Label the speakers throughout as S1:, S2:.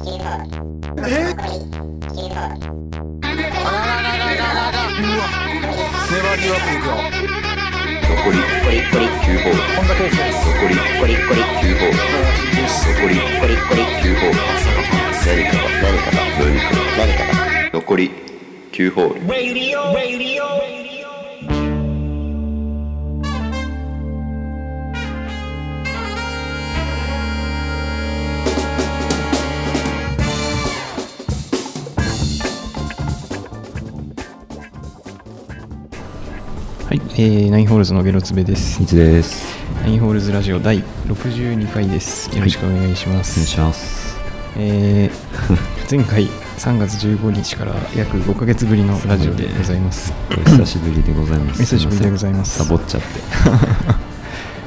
S1: えあらららららららうわ粘りよくいくよ
S2: 残り9ホール
S1: こんだけですね
S2: 残り9ホール残り9ホール何かが何かが何かが何かが残り9ホール
S3: はい、えー、ナインホールズのゲロツベです
S4: い。つです。
S3: ナインホールズラジオ第62回です。よろしくお願いしま
S4: お願い
S3: す。
S4: します。
S3: えー 前回3月15日から約5ヶ月ぶりのラジオでございます。
S4: お久しぶりでございます。
S3: お久しぶりでございます
S4: すませんサボっちゃっ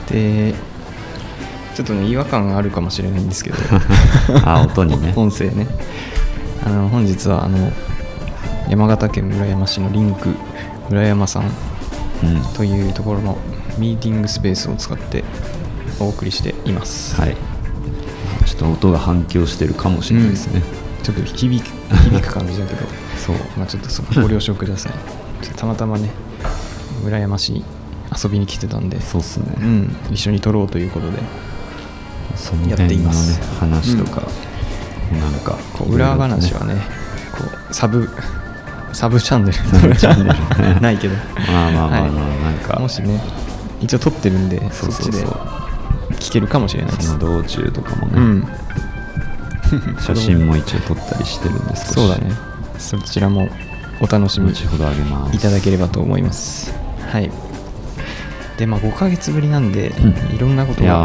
S4: て。
S3: で、ちょっとね、違和感があるかもしれないん ですけど、
S4: あ、音にね。
S3: 音声ね。あの本日はあの山形県村山市のリンク村山さん
S4: うん。
S3: というところのミーティングスペースを使ってお送りしています。
S4: はい。ちょっと音が反響してるかもしれないですね。
S3: ちょっと響く響く感じだけど、
S4: そう。
S3: まあ、ちょっとそこご了承くださ い。ちょっとたまたまね、村山市に遊びに来てたんで、
S4: そうっすね。
S3: うん、一緒に撮ろうということで、
S4: その
S3: やってい
S4: 辺の
S3: ま
S4: ね
S3: す
S4: 話とか、なんか
S3: こう裏話は。ね、こうサブ、 サブチャンネル
S4: サブチャンネル
S3: ないけど、
S4: まあまあまあま
S3: は
S4: あ
S3: い
S4: なんか
S3: もしね、一応撮ってるんで、
S4: そうそ
S3: っ
S4: うそう
S3: ちで聞けるかもしれないです
S4: その。道中とかも
S3: う
S4: ね
S3: ん、、
S4: 写真も一応撮ったりしてるんですけど
S3: そうだね、そちらもお楽しみに
S4: 後ほどあげます
S3: いただければと思います。はい。で、まあ、5ヶ月ぶりなんで、
S4: うん
S3: いろんなこと
S4: いや
S3: が、
S4: ー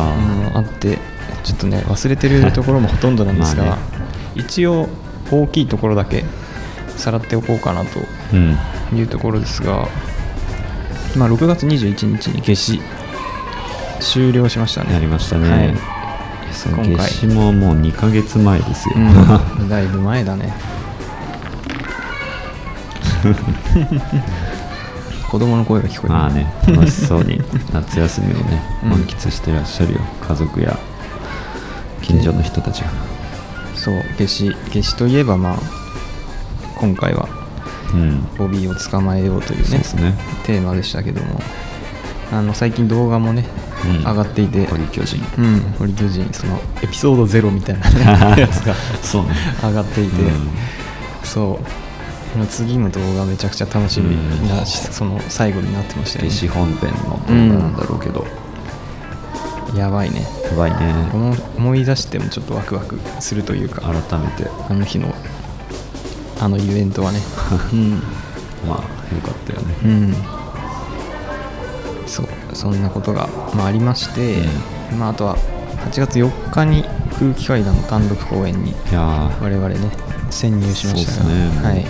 S3: うんあって、ちょっとね、忘れてるところもほとんどなんですが、
S4: まあね
S3: 一応、大きいところだけさらっておこうかなと
S4: うん
S3: いうところですが、まあ、6月21日に夏至、終了しましたね。
S4: やりましたね、
S3: はいい
S4: やその
S3: 今回
S4: 夏至ももう2ヶ月前ですよ、
S3: うん、だいぶ前だ ね 子供の声が聞こえる
S4: まあね楽しそうに夏休みをね
S3: うん
S4: 満喫してらっしゃるよ家族や近所の人たちが、
S3: そう夏至夏至といえばまあ今回は
S4: うん、
S3: ボビーを捕まえようという
S4: そう
S3: ね
S4: ですね
S3: テーマでしたけどもあの最近動画もね、上
S4: うん
S3: がっていて
S4: 堀巨人
S3: うん堀巨人そのエピソードゼロみたいな、 ね、やつが
S4: そうね
S3: 上がっていて、
S4: うん
S3: そうこの次の動画めちゃくちゃ楽しみな、
S4: うん
S3: その最後になってましたよ
S4: 夏至
S3: ね
S4: 本編の動画なんだろうけど、
S3: やばいね
S4: やばいね
S3: 思思い出してもちょっとワクワクするというか
S4: 改めて
S3: あの日のあのイベントはねうん
S4: まあよかったよね、
S3: うん、そうそんなことが、まあ、ありまして、まあ、あとは8月4日に空気階段の単独公演に
S4: いやー
S3: 我々ね潜入しました
S4: そう
S3: が
S4: っすねもう
S3: はい、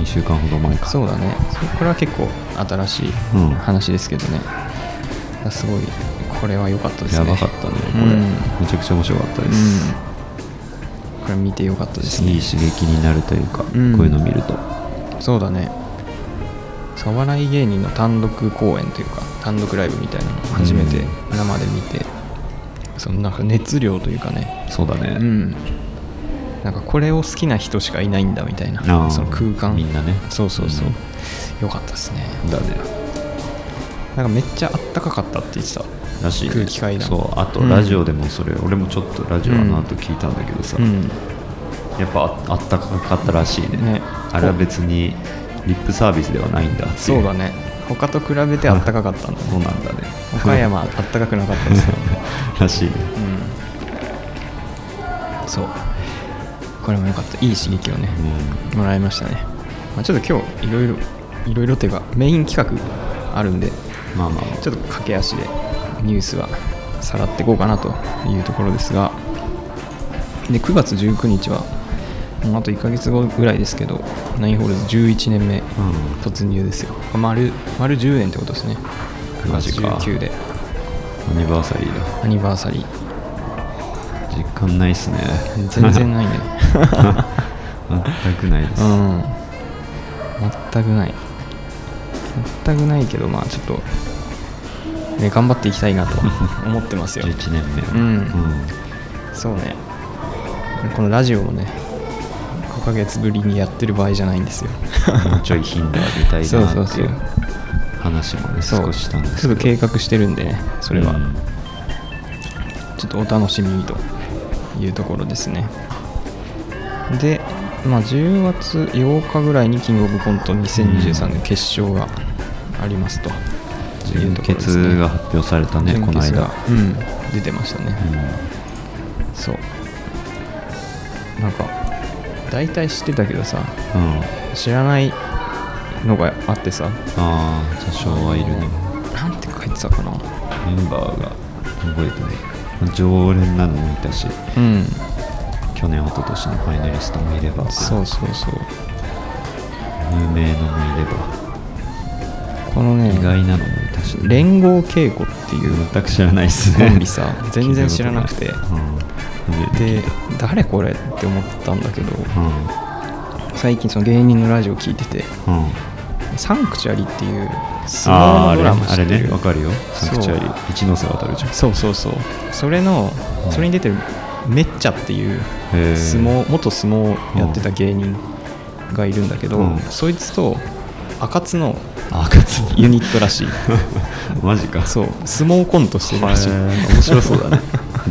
S4: 2週間ほど前か
S3: そうだねそこれは結構新しい
S4: うん
S3: 話ですけどね、すごいこれは良かったです
S4: や
S3: ね
S4: ばかったねこれ、
S3: うん
S4: めちゃくちゃ面白かったで
S3: うん
S4: す、
S3: これ見て良かったですね
S4: いい刺激になるというか、
S3: うん
S4: こういうの見ると
S3: そうだねそうお笑い芸人の単独公演というか単独ライブみたいなのを初めて生で見て、そのなんか熱量というかね
S4: そうだね、
S3: うんなんかこれを好きな人しかいないんだみたい
S4: あ
S3: な
S4: ー
S3: その空間
S4: みんなね
S3: そうそうそう、
S4: うん
S3: よかったですね
S4: だね
S3: なんかめっちゃあったかかったって言ってた
S4: らしい、ね、
S3: 空気階段
S4: そうあと
S3: うん
S4: ラジオでもそれ、俺もちょっとラジオあの後聞いたんだけどさ、
S3: うん
S4: やっぱああったかかったらしいね
S3: ね
S4: あれは別にリップサービスではないんだってい
S3: そうだね他と比べてあったかかったんだ
S4: そうなんだね
S3: 岡山あったかくなかったですよ
S4: らしいね
S3: うんそうこれも良かったいい刺激をね、もらいましたね、まあ、ちょっと今日いろいろいろいろというかメイン企画あるんで
S4: まあまあ
S3: ちょっと駆け足でニュースはさらっていこうかなというところですがで9月19日はもうあと1ヶ月後ぐらいですけどナインホールズ11年目突入ですよ、丸丸10年ってことですね9
S4: マ
S3: 月
S4: ジか
S3: 19で
S4: アニバーサリーだ
S3: アニバーサリー
S4: 実感ないっすね
S3: 全然ないね
S4: 全くないです、
S3: うん全くない全くないけどまあちょっと、 ね、頑張っていきたいなと思ってますよ
S4: 11年目
S3: うんそうねこのラジオもね5ヶ月ぶりにやってる場合じゃないんですよ
S4: もうちょい頻度上げたい
S3: そうそ
S4: な
S3: う
S4: って
S3: そ
S4: いうう話もね
S3: そ
S4: 少
S3: う
S4: ししたんです
S3: すぐ計画してるんでねそれは、
S4: うん
S3: ちょっとお楽しみにというところですねで、まあ、10月8日ぐらいにキングオブコント2023の決勝がありますという
S4: 純
S3: ところです、ね、
S4: 血が発表されたねこの
S3: 準決
S4: 間
S3: が、うん、出てましたね、そうなんか大体知ってたけどさ
S4: うん、うん、あ
S3: 知らないのがあってさ
S4: あ多少はいるね
S3: なんて書いてたかな
S4: メンバーが覚えてない常連なのもいたし
S3: うん
S4: 去年一昨年のファイナリストもいれば
S3: そうそうそう
S4: 有名のもいれば
S3: このね
S4: 意外なのもいたし
S3: 連合稽古っていう
S4: 全く知らないっす
S3: コ
S4: ね
S3: ンビさ全然知らなくて
S4: 聞いたことないうん初め
S3: で
S4: て聞い
S3: 誰これって思ったんだけど
S4: たうん
S3: 最近その芸人のラジオ聞いてて
S4: うん
S3: サンクチュアリっていう
S4: ああ
S3: 相撲
S4: あ
S3: のド
S4: れ
S3: ラマ知
S4: あ
S3: って
S4: れ
S3: る
S4: ねわかるよサンクチュアリ
S3: そう
S4: 一ノ瀬渡るじゃん
S3: そうそうそうそれの
S4: うん
S3: それに出てるめっちゃっていう
S4: へー
S3: 相撲元相撲やってた芸人がいるんだけど、
S4: うん
S3: そいつと赤津の
S4: あかつ
S3: ユニットら しい
S4: マジか
S3: そう相撲コントしてるらしい
S4: へー面白そうだ ね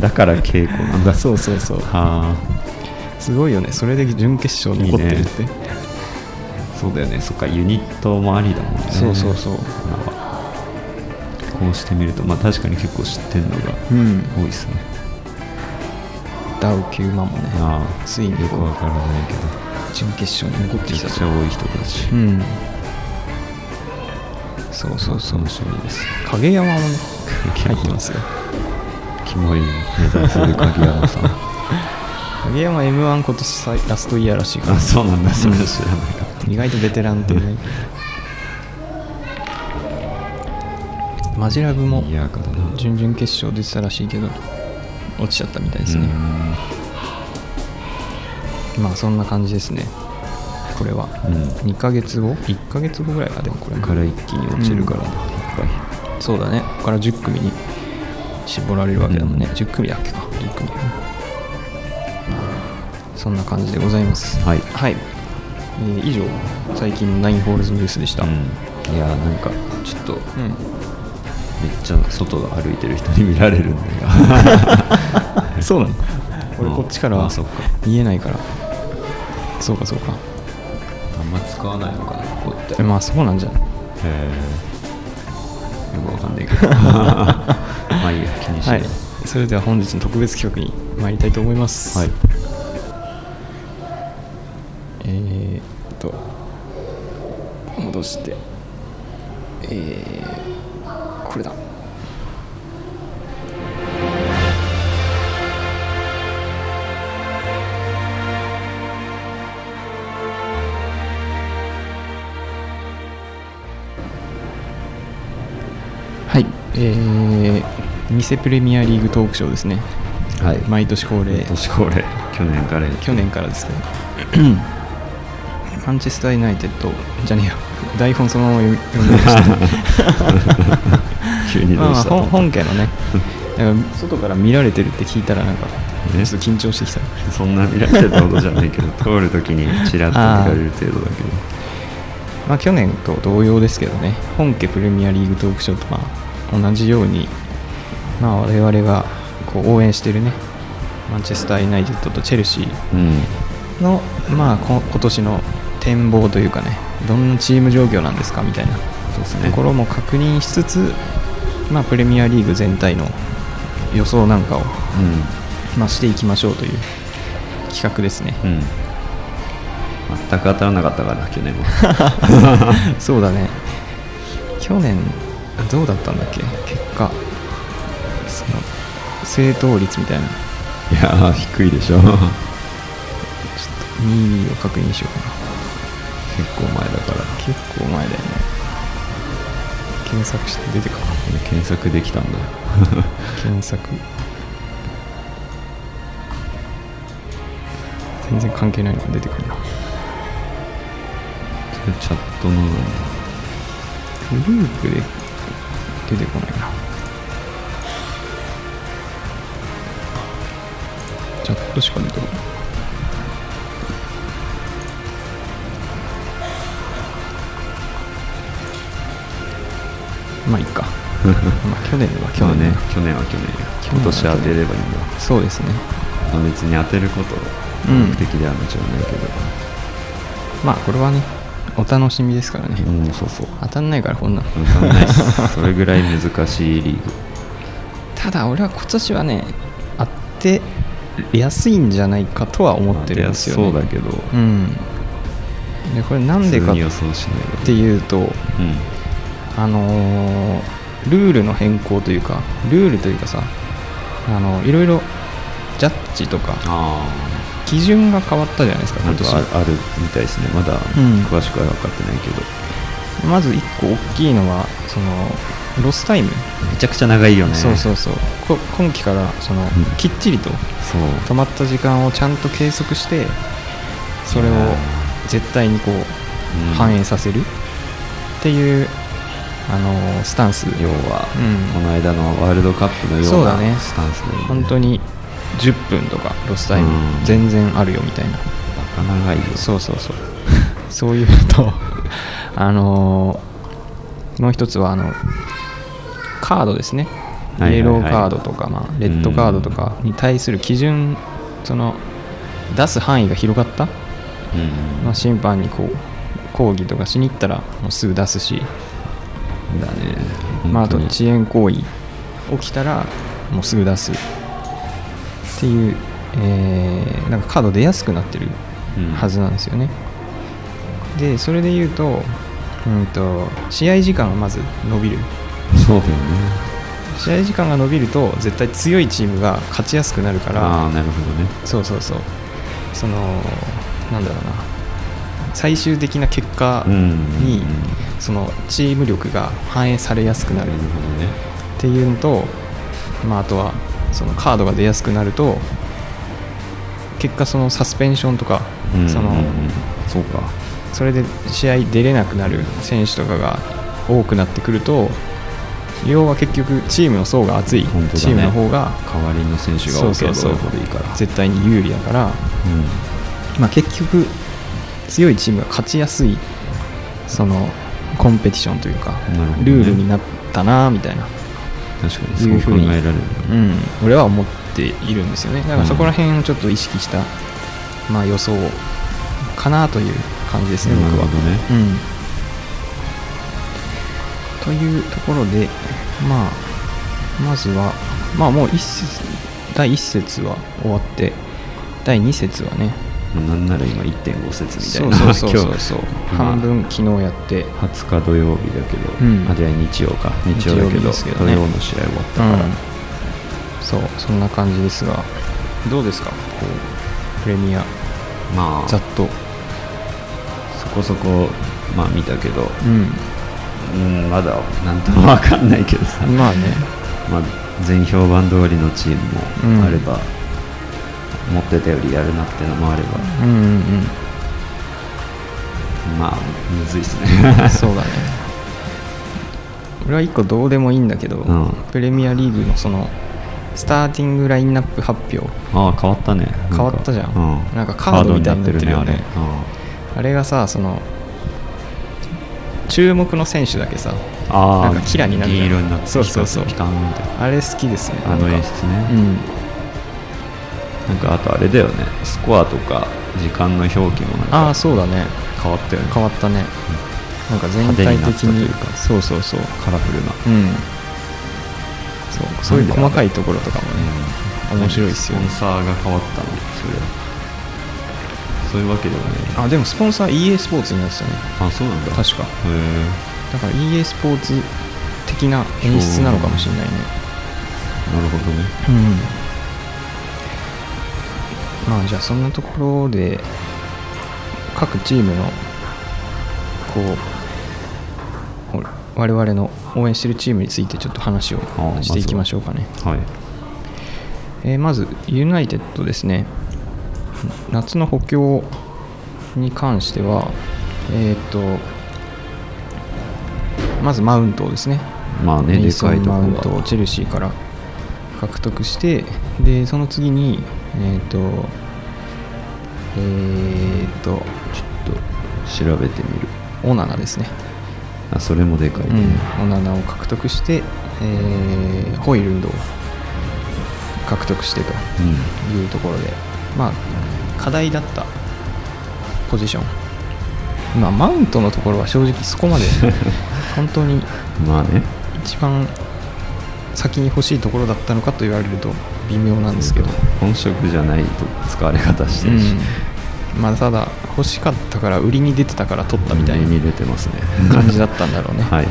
S4: だから稽古なんだう
S3: そうそうそう
S4: は
S3: すごいよねそれで準決勝残ってるって
S4: あそうだよねそっかユニットもありだもんね
S3: そうそうそう
S4: なんかこうしてみるとまあ確かに結構知ってるのが
S3: うん
S4: 多いっすね、
S3: ダウ9万もね
S4: ああ
S3: ついに
S4: よく
S3: こ
S4: わ
S3: う
S4: からないけど
S3: 準決勝に残ってき
S4: めち
S3: た
S4: ゃく
S3: と
S4: ちゃ多い人たち、
S3: うんそうそうそう
S4: 楽しみです
S3: 影山もね入ってますよ
S4: キモ いネタする鍵山さん
S3: 影山 m 1今年最ラストイヤーらしいから
S4: あそうなんだそれは知らなかっ
S3: 意外とベテランっていうねマジラブ
S4: た
S3: も
S4: にぎやかだな
S3: 準々決勝出てたらしいけど落ちちゃったみたいですねまあそんな感じですねこれは
S4: うん、うん
S3: 2ヶ月後1ヶ月後ぐらいかでもこれ
S4: ここから一気に落ちるからな、いっ
S3: そうだねここから10組に絞られるわけだもんね、
S4: うん
S3: 10組だっけか10組そんな感じでございます
S4: ぱいはい、
S3: はい、えー以上最近のナインホールズニュースでした、
S4: うん、いやーなんかちょっとめっ
S3: うん
S4: ちゃ外を歩いてる人に見られるんだよ
S3: そうなの俺
S4: うん
S3: こっちから
S4: あそっか
S3: 見えないからそうかそうか
S4: あんま使わないのかなここって
S3: えまあそうなんじゃない
S4: へえよくわかんないけど まあいいや気にしな、
S3: はいいそれでは本日の特別企画に参りたいと思います
S4: はい
S3: えー、っと戻してえー、これだはいえー、偽プレミアリーグトークショーですね
S4: はい
S3: 毎年恒例
S4: 今年恒例去年から
S3: 去年からですけどマンチェスター・ユナイテッドじゃねえよ台本そのまま読み読んでま
S4: 急に
S3: ま
S4: ど
S3: あ
S4: う
S3: まあ
S4: したの、
S3: 本本家の ねなんか外から見られてるって聞いたらなんかちょ
S4: ね
S3: っと緊張してきた
S4: そんな見られてたことじゃないけど通るときにちらっと見られる程度だけど
S3: まあ去年と同様ですけどね本家プレミアリーグトークショーとまあ同じようにまあ我々がこう応援してるねマンチェスター・ユナイテッドとチェルシー
S4: うん
S3: の、まあ、こ今年の展望というかねどんなチーム状況なんですかみたいな
S4: そうです
S3: ところも確認しつつ、まあ、プレミアリーグ全体の予想なんかを、まあ、していきましょうという企画ですね。
S4: うんうん全く当たらなかったから去年 は
S3: そうだね去年どうだったんだっけ結果その正答率みたいない
S4: やー低いでしょ結
S3: 2位を確認しようかな
S4: 構前だから
S3: 結構前だよね検索して出てこない
S4: 検索できたんだ
S3: 検索全然関係ないのが出てくるな
S4: チャットの
S3: グループで出てこないなチャットしか出てこないまあいい かまあ去年は
S4: 今
S3: 去
S4: 日
S3: 年
S4: ね去年は去年や
S3: 去年は
S4: 今年当てればいいんだ、
S3: そうですね
S4: まあ、別に当てること
S3: うん
S4: 目的ではもちろんないけど、
S3: まあこれはねお楽しみですからね、
S4: うん、そう そう
S3: 当たんないからこんなの
S4: わかんないっすそれぐらい難しいリーグ
S3: ただ俺は今年はね当てやすいんじゃないかとは思ってるんですよね、
S4: まあそうだけど
S3: うんでこれなんで
S4: 普通
S3: かっ
S4: に予想しない
S3: ていうと
S4: でうん
S3: あのールールの変更というかルールというかさあのいろいろジャッジとか
S4: あ
S3: 基準が変わったじゃないですか
S4: あな
S3: 今
S4: んか
S3: 年
S4: ああるみたいですねまだ
S3: ん
S4: 詳しくは分かってないけど、
S3: まず1個大きいのはそのロスタイム、
S4: めちゃくちゃ長いよね
S3: そうそううそうこ今期からその、
S4: ん
S3: きっちりと
S4: そう
S3: 止まった時間をちゃんと計測してそれを絶対にこう
S4: うん
S3: 反映させるっていう、あのースタンス
S4: 要は、
S3: うん
S4: この間のワールドカップのよ
S3: そう
S4: う
S3: だね
S4: なスタンスで、
S3: 本当に10分とかロスタイム
S4: うん
S3: 全然あるよみたいな、
S4: バカ長いよ
S3: そうそうそう そういうのと あのーもう一つはあのカードですねイ
S4: はいはいはい
S3: エローカードとか、まあ、レッドカードとかに対する基準その出す範囲が広がった、
S4: うん
S3: まあ、審判にこう抗議とかしに行ったらもうすぐ出すし、
S4: だね
S3: まあ、あと
S4: 本当に
S3: 遅延行為起きたらもうすぐ出すっていう、えーなんかカード出やすくなってる
S4: うん
S3: はずなんですよね、でそれで言うと,、うん、と試合時間がまず伸びる
S4: そうだよね
S3: 試合時間が伸びると絶対強いチームが勝ちやすくなるから
S4: ああなるほどね
S3: そうそうそうそのなんだろうな最終的な結果に、
S4: うん
S3: そのチーム力が反映されやすくな
S4: な
S3: る
S4: る
S3: っ
S4: ほどね
S3: ていうのと、まあ、あとはそのカードが出やすくなると結果そのサスペンションとか、
S4: うん
S3: その
S4: うんうんそうか
S3: それで試合出れなくなる選手とかが多くなってくると要は結局チームの層が厚い、
S4: 本当だね
S3: チームの方が
S4: 代わりの選手が
S3: そう
S4: 多け
S3: そ
S4: れ
S3: う
S4: ば
S3: そう
S4: 多いほどいいから
S3: 絶対に有利だから、まあ、結局強いチームが勝ちやすいそのコンペティションというか、
S4: なるほどね
S3: ルールになったなみたいな、
S4: うん、確かに
S3: いうふ
S4: そうう考
S3: に
S4: えられるね
S3: うん、俺は思っているんですよねだからそこら辺をちょっと意識した、まあ、予想かなという感じですね、
S4: なる
S3: 僕は
S4: ほ。どね
S3: うん、というところで、まあ、まずは、まあ、もう一節第1節は終わって第2節はね
S4: なんなら今1.5節
S3: そ
S4: み
S3: う
S4: たい
S3: そ
S4: な
S3: うそうそう そう
S4: 今
S3: 半分昨日やって
S4: 20日土曜日だけど、
S3: うん
S4: あじゃあ日曜か日曜だ
S3: 日曜
S4: け
S3: 日で
S4: ど
S3: すけど
S4: 土
S3: ね
S4: 曜の試合終わった
S3: う
S4: か
S3: ん
S4: ら、
S3: そうそんな感じですがどうですかこうプレミア
S4: まあ
S3: ざっと
S4: そこそこまあ見たけど、
S3: う
S4: うん、まだなんとも分かんないけどさ、
S3: ん
S4: ま
S3: まあね
S4: あ、全評判通りのチーム
S3: うん
S4: もあれば、持ってたよりやるなってのもあれば
S3: うんうん
S4: まあむずいっすね
S3: うんそうだね俺は一個どうでもいいんだけど、
S4: うん
S3: プレミアリーグのそのスターティングラインナップ発表
S4: ああ変わったねなんか
S3: 変わったじゃん
S4: う
S3: なんかカードみたいになってるよね
S4: カードになってるね
S3: あれがさその注目の選手だけさ
S4: あれ、うん、あ
S3: なんかキラになるじゃん
S4: 銀色になって
S3: そうそうそう
S4: ピカンピカンって
S3: あれ好きですね
S4: あの演出ね、
S3: うん
S4: なんかあとあれだよねスコアとか時間の表記もなん
S3: ああ
S4: か
S3: そうだね
S4: 変わったよね
S3: 変わったねなんか全体的に
S4: 派手になったというか
S3: そうそうそう
S4: カラフルな、
S3: うんそうそういう細かいところとかもね面白いっすよね
S4: スポンサーが変わったのそれはそういうわけではない
S3: あでもスポンサー EA スポーツになってたね
S4: あそうなんだへ
S3: 確か
S4: え
S3: だから EA スポーツ的な演出なのかもしれないね
S4: なるほどね
S3: うんまあじゃあそんなところで各チームのこうほら我々の応援してるチームについてちょっと話を
S4: あ
S3: していきましょうかね
S4: はい
S3: えーまずユナイテッドですね夏の補強に関してはえーっとまずマウントをですね
S4: まあね
S3: メ
S4: で
S3: イソ
S4: か
S3: ン
S4: いとこ
S3: マウント
S4: は
S3: をチェルシーから獲得してでその次にえーっとえーっと
S4: ちょっと調べてみる
S3: オナナですね
S4: あそれもでかい、
S3: う
S4: ね
S3: ん、の7を獲得して、えーホイールンドを獲得してと
S4: うん
S3: いうところで、まあ、課題だったポジション、まあ、マウントのところは正直そ こまで本当に
S4: まあね
S3: 一番先に欲しいところだったのかと言われると微妙なんですけど、
S4: 本職じゃないと使われ方して
S3: う
S4: るし、
S3: んまあ、ただ欲しかったから売りに出てたから取ったみたい
S4: 上
S3: な
S4: に出てますね
S3: 感じだったんだろうね
S4: はい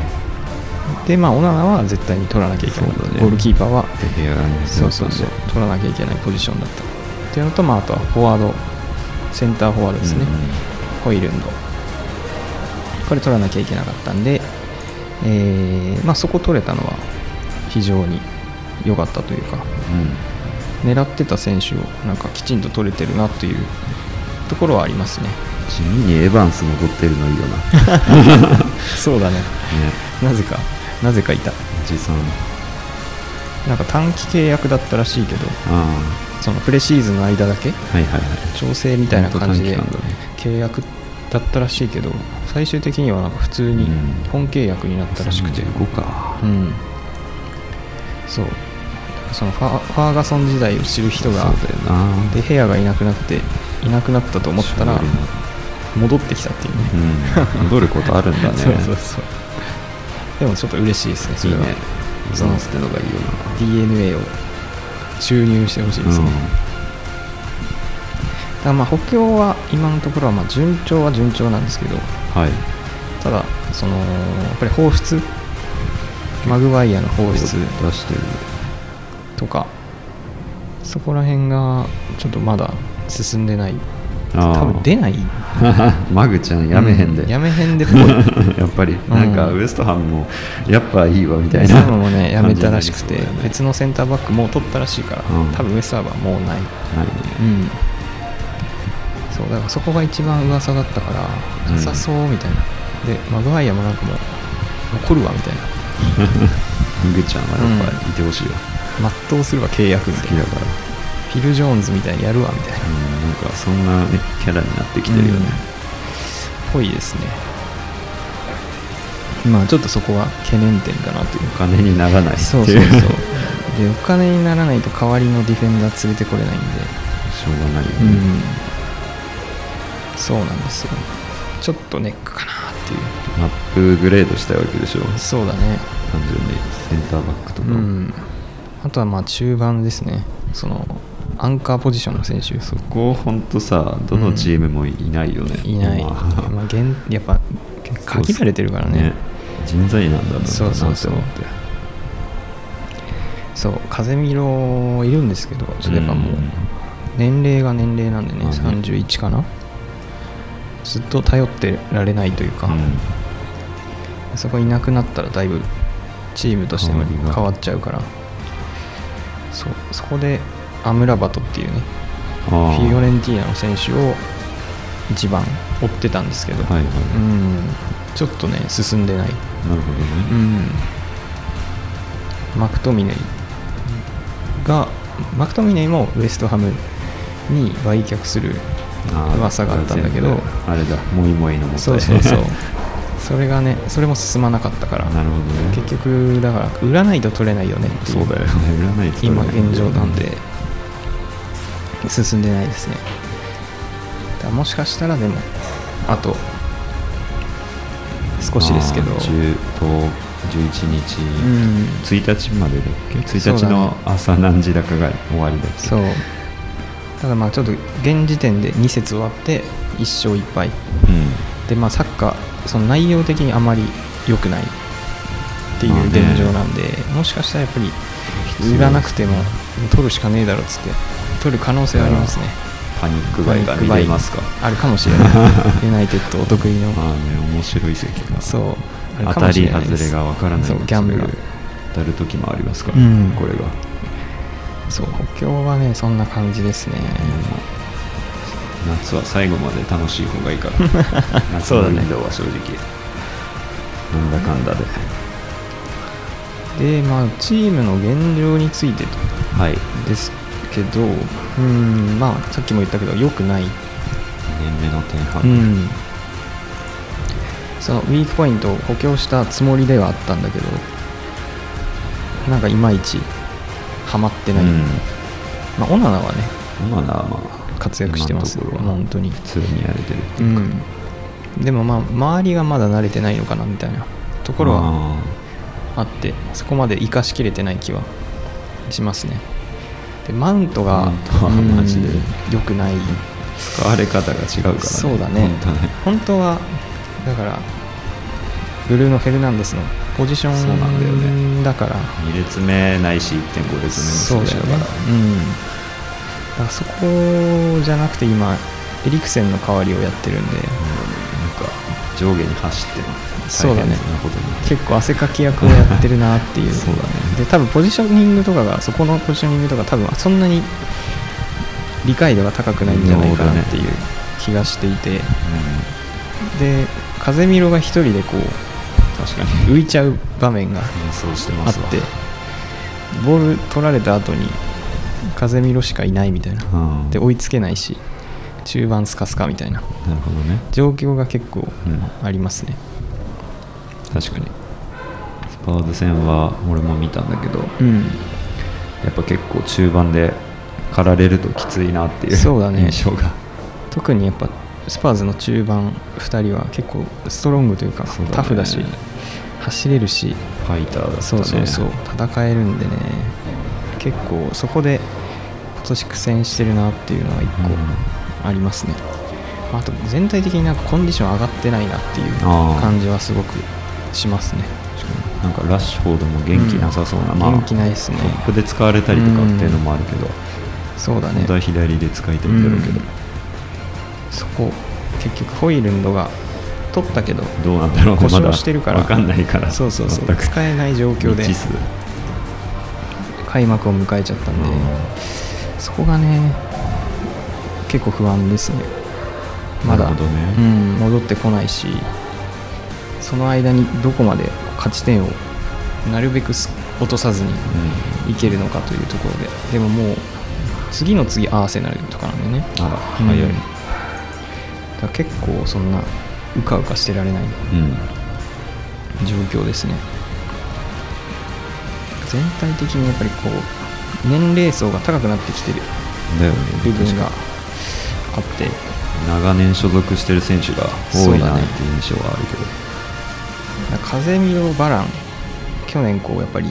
S3: でまあオナナは絶対に取らなきゃいけない、
S4: そうだね
S3: ゴールキーパーは
S4: で部屋がね
S3: そうそうそう取らなきゃいけないポジションだったっていうのと、まあ、あとはフォワードセンターフォワードですね、ホイルンドこれ取らなきゃいけなかったんで、えーまあ、そこ取れたのは非常に良かったというか
S4: うんうん
S3: 狙ってた選手をなんかきちんと取れてるなというところはありますね
S4: 地味にエヴァンスも取ってるのいいよなね
S3: そうだねなぜかなぜかいた
S4: おじさん
S3: なんか短期契約だったらしいけど
S4: あ
S3: そのプレシーズンの間だけ
S4: あはいはいはい
S3: 調整みたいな感じで
S4: ほんと短期間だね
S3: 契約だったらしいけど最終的にはなんか普通に
S4: うん
S3: 本契約になったらしくて
S4: 35か
S3: うんそうそのファファーガソン時代を知る人が
S4: そうだよな
S3: でヘアがいなくなっていなくなったと思ったら
S4: 勝利の
S3: 戻ってきたっていうね
S4: うん戻ることあるんだ ね
S3: そうそうそうでもちょっと嬉しいですねそ
S4: いい
S3: れは
S4: ねエヴァンスってのがいいよな
S3: DNA を注入してほしいですね、だからまあ補強は今のところはまあ順調は順調なんですけど
S4: うん、はい
S3: ただそのやっぱり放出マグワイアの放
S4: 出
S3: 出
S4: してる
S3: とかそこら辺がちょっとまだ進んでない
S4: あー
S3: 多分出ない
S4: マグちゃんやめへんで、
S3: う やめ
S4: や
S3: へんでっぽい
S4: っぱりなんか
S3: うん
S4: ウエストハムもやっぱいいわみたい
S3: そう
S4: な
S3: いうのもねやめたらしくて、
S4: 感じになり
S3: 別
S4: そ
S3: のセンターバックもう取ったらしいから、
S4: うん
S3: 多分ウェスターバーもうないう
S4: だよね
S3: う
S4: はいね
S3: んそうだからそこが一番噂だったから
S4: うん
S3: なさそうみたいな、でマグワイアもなんかもう残るわみたいな
S4: マグちゃんはやっぱいてほしいよ、
S3: 全うするわ契約み
S4: 好
S3: た
S4: き
S3: いな
S4: だから、
S3: フィル・ジョーンズみたいにやるわみたいな
S4: うん、なんかそんな、ね、キャラになってきてるよね、
S3: ぽいですねまあちょっとそこは懸念点かなという
S4: お金にならないっていう
S3: そうそう そう
S4: しょ
S3: でお金にならないと代わりのディフェンダー連れてこれないんで
S4: うがないよ
S3: う
S4: ね、
S3: んそうなんですよちょっとネックかなっていう
S4: アップグレードしたいわけでしょ単
S3: そうだね
S4: 純にセンターバックとか、
S3: うんあとはまあ中盤ですねそのアンカーポジションの選手
S4: そこほんとさどのチームもいないよね、
S3: いない、
S4: まあ
S3: まあ、限やっぱ限られてるからね
S4: 人材なんだろうな
S3: そうそうそう
S4: なんて思って
S3: そう風見ろいるんですけどちょっとやっぱもう
S4: うん
S3: 年齢が年齢なんでね、
S4: まあね
S3: 31かなずっと頼ってられないというか、
S4: う
S3: そこいなくなったらだいぶチームとしても
S4: 変わりが
S3: 変わっちゃうからそうそこでアムラバトっていうね
S4: ん
S3: フ
S4: ああ
S3: ィオレンティーナの選手を一番追ってたんですけど、
S4: はいはい、
S3: うんちょっとね進んでない、
S4: なるほ
S3: う
S4: どね、
S3: ん、マクトミネイがマクトミネイもウエストハムに売却する
S4: ああ
S3: 噂があったんだけど
S4: 全部あれだモイモイのも
S3: そうそう そう
S4: な
S3: それがねそれも進まなかったから
S4: るほどね
S3: 結局だから売らないと取れないよねってい
S4: そうだよね占いって
S3: 今現状なんで進んでないですねだからもしかしたらでもあと少しですけど
S4: ああ10と11日、
S3: うん
S4: 1日までだっけ1
S3: そう
S4: 日
S3: だね
S4: の朝何時だかが終わりだっけ
S3: そうただまあちょっと現時点で2節終わって1勝1敗
S4: うん
S3: でまあサッカーその内容的にあまり良くないってい
S4: まあ
S3: う
S4: ね
S3: 現状なんで、もしかしたらやっぱり
S4: 必要
S3: 売らなくても取るしかねえだろっつって取る可能性はありますね
S4: パニック買いが見れますか
S3: あるかもし れないユナイテッドお得意の
S4: まあね面白い席が
S3: そうある
S4: 当
S3: か
S4: た
S3: もし
S4: り
S3: れない
S4: 外
S3: です
S4: れがわからない
S3: そうギャンブル
S4: それが当たる時もありますから、
S3: うん
S4: これが、
S3: そう補強はねそんな感じですね、
S4: 夏は最後まで楽しい方がいいから 夏
S3: そう
S4: の
S3: だ
S4: ウ
S3: ね
S4: ィンドウは正直なんだかんだで
S3: でまあチームの現状についてと
S4: はい
S3: ですけどうんまあさっきも言ったけど良くない
S4: 2年目の前半、
S3: うんそのウィークポイントを補強したつもりではあったんだけどなんかいまいちハマって
S4: う
S3: ない、
S4: ん
S3: まあ、オナナはね
S4: 今のはまあ
S3: 活躍してますよ
S4: 今のところは
S3: 本当に
S4: 普通にやれてるって
S3: う
S4: いうか、
S3: んでもまあ周りがまだ慣れてないのかなみたいなところは
S4: あ
S3: あってそこまで生かしきれてない気はしますねでマウントが
S4: マウントはマジで
S3: 良くない、
S4: ー使われ方が違うからね
S3: そうだね
S4: 本当ね
S3: 本当はだからブルーのフェルナンデスのポジショ
S4: そうなんだよ
S3: ン
S4: ね
S3: だから
S4: 2列目ないし1.5列
S3: そう
S4: 目の
S3: だ
S4: 選
S3: よ
S4: 手
S3: ね
S4: だから
S3: うんだからそこじゃなくて今エリクセンの代わりをやってるんで
S4: なんか上下に走って
S3: そうだね
S4: 大変なことになってる
S3: 結構汗かき役をやってるなっていう
S4: そうだね
S3: で多分ポジショニングとかがそこのポジショニングとか多分そんなに理解度が高くないんじゃないかなっていう気がしていて、で風見ろが一人でこう
S4: うん、確かに
S3: 浮いちゃう場面が
S4: 演奏して
S3: あ
S4: ま
S3: っ
S4: すわ
S3: てボール取られた後に風見ろしかいないみたいな
S4: うん、
S3: で追いつけないし中盤スカスカみたいな
S4: なるほどね
S3: 状況が結構
S4: うん
S3: ありますね
S4: 確かにスパーズ戦は俺も見たんだけど
S3: うん
S4: やっぱ結構中盤で駆られるときついなっていう
S3: そうだね
S4: 印象が
S3: 特にやっぱスパーズの中盤2人は結構ストロングというか
S4: そうだね
S3: タフだし走れるし
S4: ファイターだったね
S3: そうそうそう戦えるんでね結構そこで今年苦戦してるなっていうのは1個ありますね、あと全体的になんかコンディション上がってないなっていう
S4: あー
S3: 感じはすごくしますね
S4: 確かになんかラッシュフォードも元気なさそうな、
S3: うん
S4: まあ
S3: 元気ないですね
S4: トップで使われたりとかっていうのもあるけど、
S3: そうだね
S4: 本当は左で使いたいんだろうけど、
S3: そこ結局ホイルンドが取ったけど
S4: どうなんだろう
S3: 故
S4: まだ
S3: 障してるから
S4: 分かんないから
S3: そうそうそう
S4: 全く
S3: 使えない状況で
S4: 未知数
S3: 開幕を迎えちゃったんで、そこがね結構不安ですねまだ、
S4: なるほどね
S3: うん、戻ってこないしその間にどこまで勝ち点をなるべくす落とさずに
S4: うん
S3: いけるのかというところででももう次の次アーセナルとかなんでね
S4: あら
S3: うん
S4: 早い、うん
S3: だから結構そんなうかうかしてられない状況ですね全体的にやっぱりこう年齢層が高くなってきてる
S4: だよね
S3: 部分があって
S4: 長年所属してる選手が
S3: そ
S4: 多
S3: う
S4: い
S3: だ
S4: な
S3: ね
S4: っていう印象はあるけど、
S3: 風見ろバラン去年こうやっぱり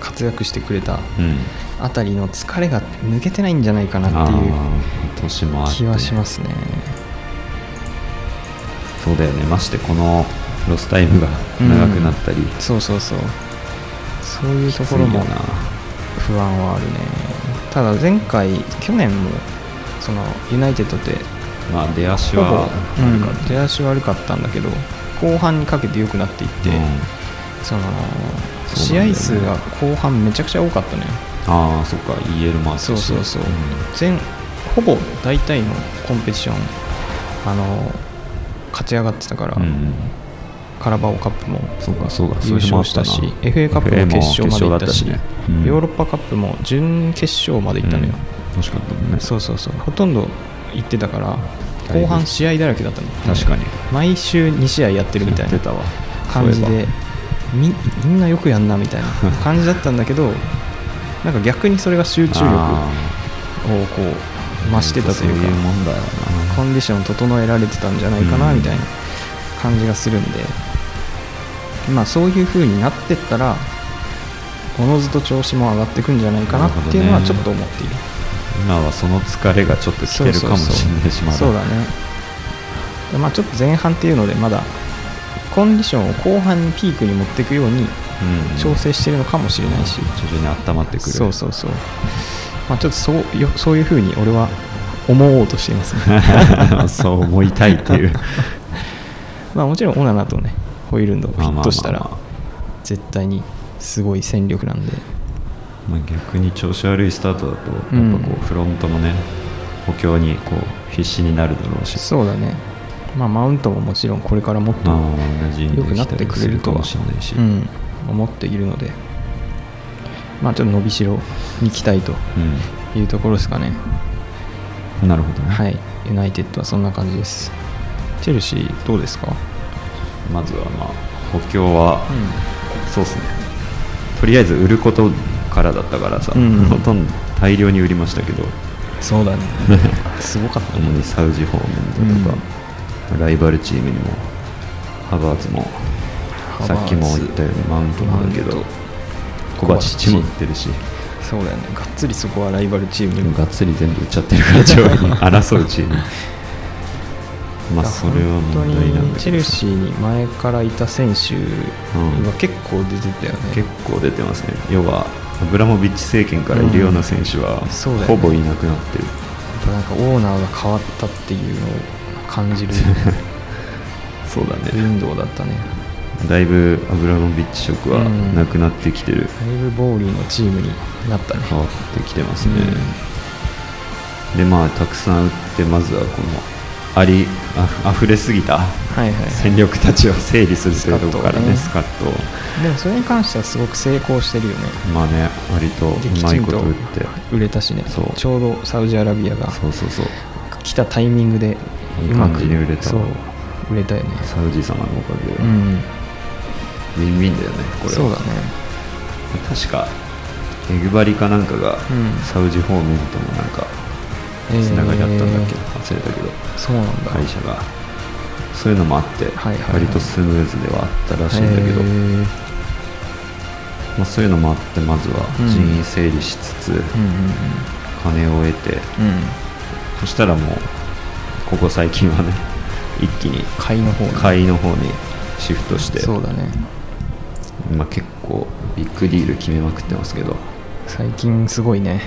S3: 活躍してくれた
S4: うん
S3: あたりの疲れが抜けてないんじゃないかなっていう
S4: あー年もあって
S3: 気はしますね
S4: そうだよねましてこのロスタイムが長くなったり、
S3: そうそうそうそういうところも
S4: きついよな
S3: 不安はあるねただ前回去年もそのユナイテッドって
S4: まあ出足
S3: ほぼ
S4: は
S3: うん
S4: 悪かった
S3: 出足悪かったんだけど後半にかけて良くなっていって、
S4: うん
S3: その
S4: そう
S3: 試
S4: なんだよね
S3: 合数が後半めちゃくちゃ多かったね
S4: ああそっか EL もあったし
S3: そうそうそう、
S4: ん
S3: 全ほぼ大体のコンペティションあの勝ち上がってたから、
S4: うんうん
S3: カラバオカップも
S4: そうかそうだ
S3: 優勝したし FA カップも決勝まで行ったしヨーロッパカップも準決勝まで行ったのよ、
S4: 確かにね
S3: そうそうそうほとんど行ってたから
S4: だいぶ
S3: 後半試合だらけだったの
S4: 確かに
S3: 毎週2試合やってるみたい
S4: や
S3: な
S4: ってたわ
S3: 感じ
S4: そうい
S3: で
S4: え
S3: みみんなよくやんなみたいな感じだったんだけど なんか逆にそれが集中力
S4: あ
S3: をこう増してたという
S4: そういう
S3: か
S4: もんだよな
S3: コンディションを整えられてたんじゃないかな
S4: うん
S3: みたいな感じがするんでまあそういう風になってったらおのずと調子も上がってくんじゃないかなっていうのは
S4: なる
S3: ち
S4: ほ
S3: ょ
S4: ど
S3: っ
S4: ね
S3: と思っている
S4: 今はその疲れがちょっと来てるかもしれないしまだ
S3: そうだねでまあちょっと前半っていうのでまだコンディションを後半にピークに持っていくように
S4: うん
S3: 調整してるのかもしれないし、
S4: 徐々に温まってくる
S3: そうそうそう、まあ、ちょっとそうよそういうふうに俺は思おうとしていますね
S4: そう思いたいっていう
S3: まあもちろんオナナとねホイールンドをフィットした
S4: まあま
S3: ら
S4: あま
S3: 絶対にすごい戦力なんで
S4: まあ逆に調子悪いスタートだとやっぱ
S3: うん
S4: こうフロントもね補強にこう必死になるだろうし
S3: そうだねまあマウントももちろんこれからもっと
S4: まあ同じに
S3: 良くなってくれると
S4: か
S3: は
S4: もしれないし、
S3: うん、思っているのでまあちょっと伸びしろに期待というところですかね
S4: うんなるほどね、
S3: はいユナイテッドはそんな感じですチェルシーどうですか
S4: まずはまあ補強は、
S3: うん
S4: そうっすねとりあえず売ることからだったからさ、
S3: うん
S4: ほとんど大量に売りましたけど
S3: そう だねすごかった
S4: 主にサウジ方面だとか、ライバルチームにもハバーツも
S3: バーツ
S4: さっきも言ったようにマウントもあるけ
S3: マウン
S4: ど
S3: ト
S4: コバチッチも売ってるし
S3: そうだよねがっつりそこはライバルチー
S4: で
S3: ム
S4: もがっつり全部売っちゃって るから上位に争うチームまあそれは問題
S3: 本当
S4: なん
S3: に
S4: だ
S3: チェ
S4: けど
S3: ル
S4: さ
S3: シーに前からいた選手が結構出てたよね、
S4: 結構出てますね要はアブラモビッチ政権からいるような選手は、
S3: んそうだよね
S4: ほぼいなくなってる
S3: やっぱなんかオーナーが変わったっていうのを感 じる
S4: そうだ
S3: ウィ
S4: ね
S3: ンドウだったね
S4: だいぶアブラモビッチ色はなくなってきてる、
S3: だいぶボーリーのチームになったね
S4: 変わってきてますね、でまあたくさん打ってまずはこのありああふれすぎた
S3: はいはい
S4: 戦力たちを整理するというところからねス
S3: ス
S4: カ
S3: カ
S4: ッと
S3: でもそれに関してはすごく成功してるよね
S4: まあね割とう
S3: でき
S4: ま
S3: ち
S4: い
S3: ん
S4: こと
S3: と
S4: 打って
S3: 売れたしね
S4: そう
S3: ちょうどサウジアラビアが
S4: そうそうそう
S3: 来たタイミングで
S4: いう
S3: ま
S4: 感
S3: く
S4: じに売れた
S3: そう売れたよね
S4: サウジ様のおかげで、
S3: う
S4: ウ
S3: ん
S4: ィンウィンだよねこれは
S3: そうだね
S4: 確かエグバリかなんかが、
S3: ん
S4: サウジ方面ともなんかつながりあったんだっけ、忘れたけど
S3: そうなんだ
S4: 会社がそういうのもあって、
S3: はいはいはい
S4: 割とスムーズではあったらしいんだけど、
S3: へー
S4: まあ、そういうのもあってまずは
S3: うん
S4: 人員整理しつつ、
S3: うんうん
S4: 金を得て
S3: うんうん
S4: そしたらもうここ最近はね 一気に
S3: 買いの方ね
S4: 買いの方にシフトして、
S3: そうだね
S4: まあ、結構ビッグディール決めまくってますけど
S3: 最近すごいね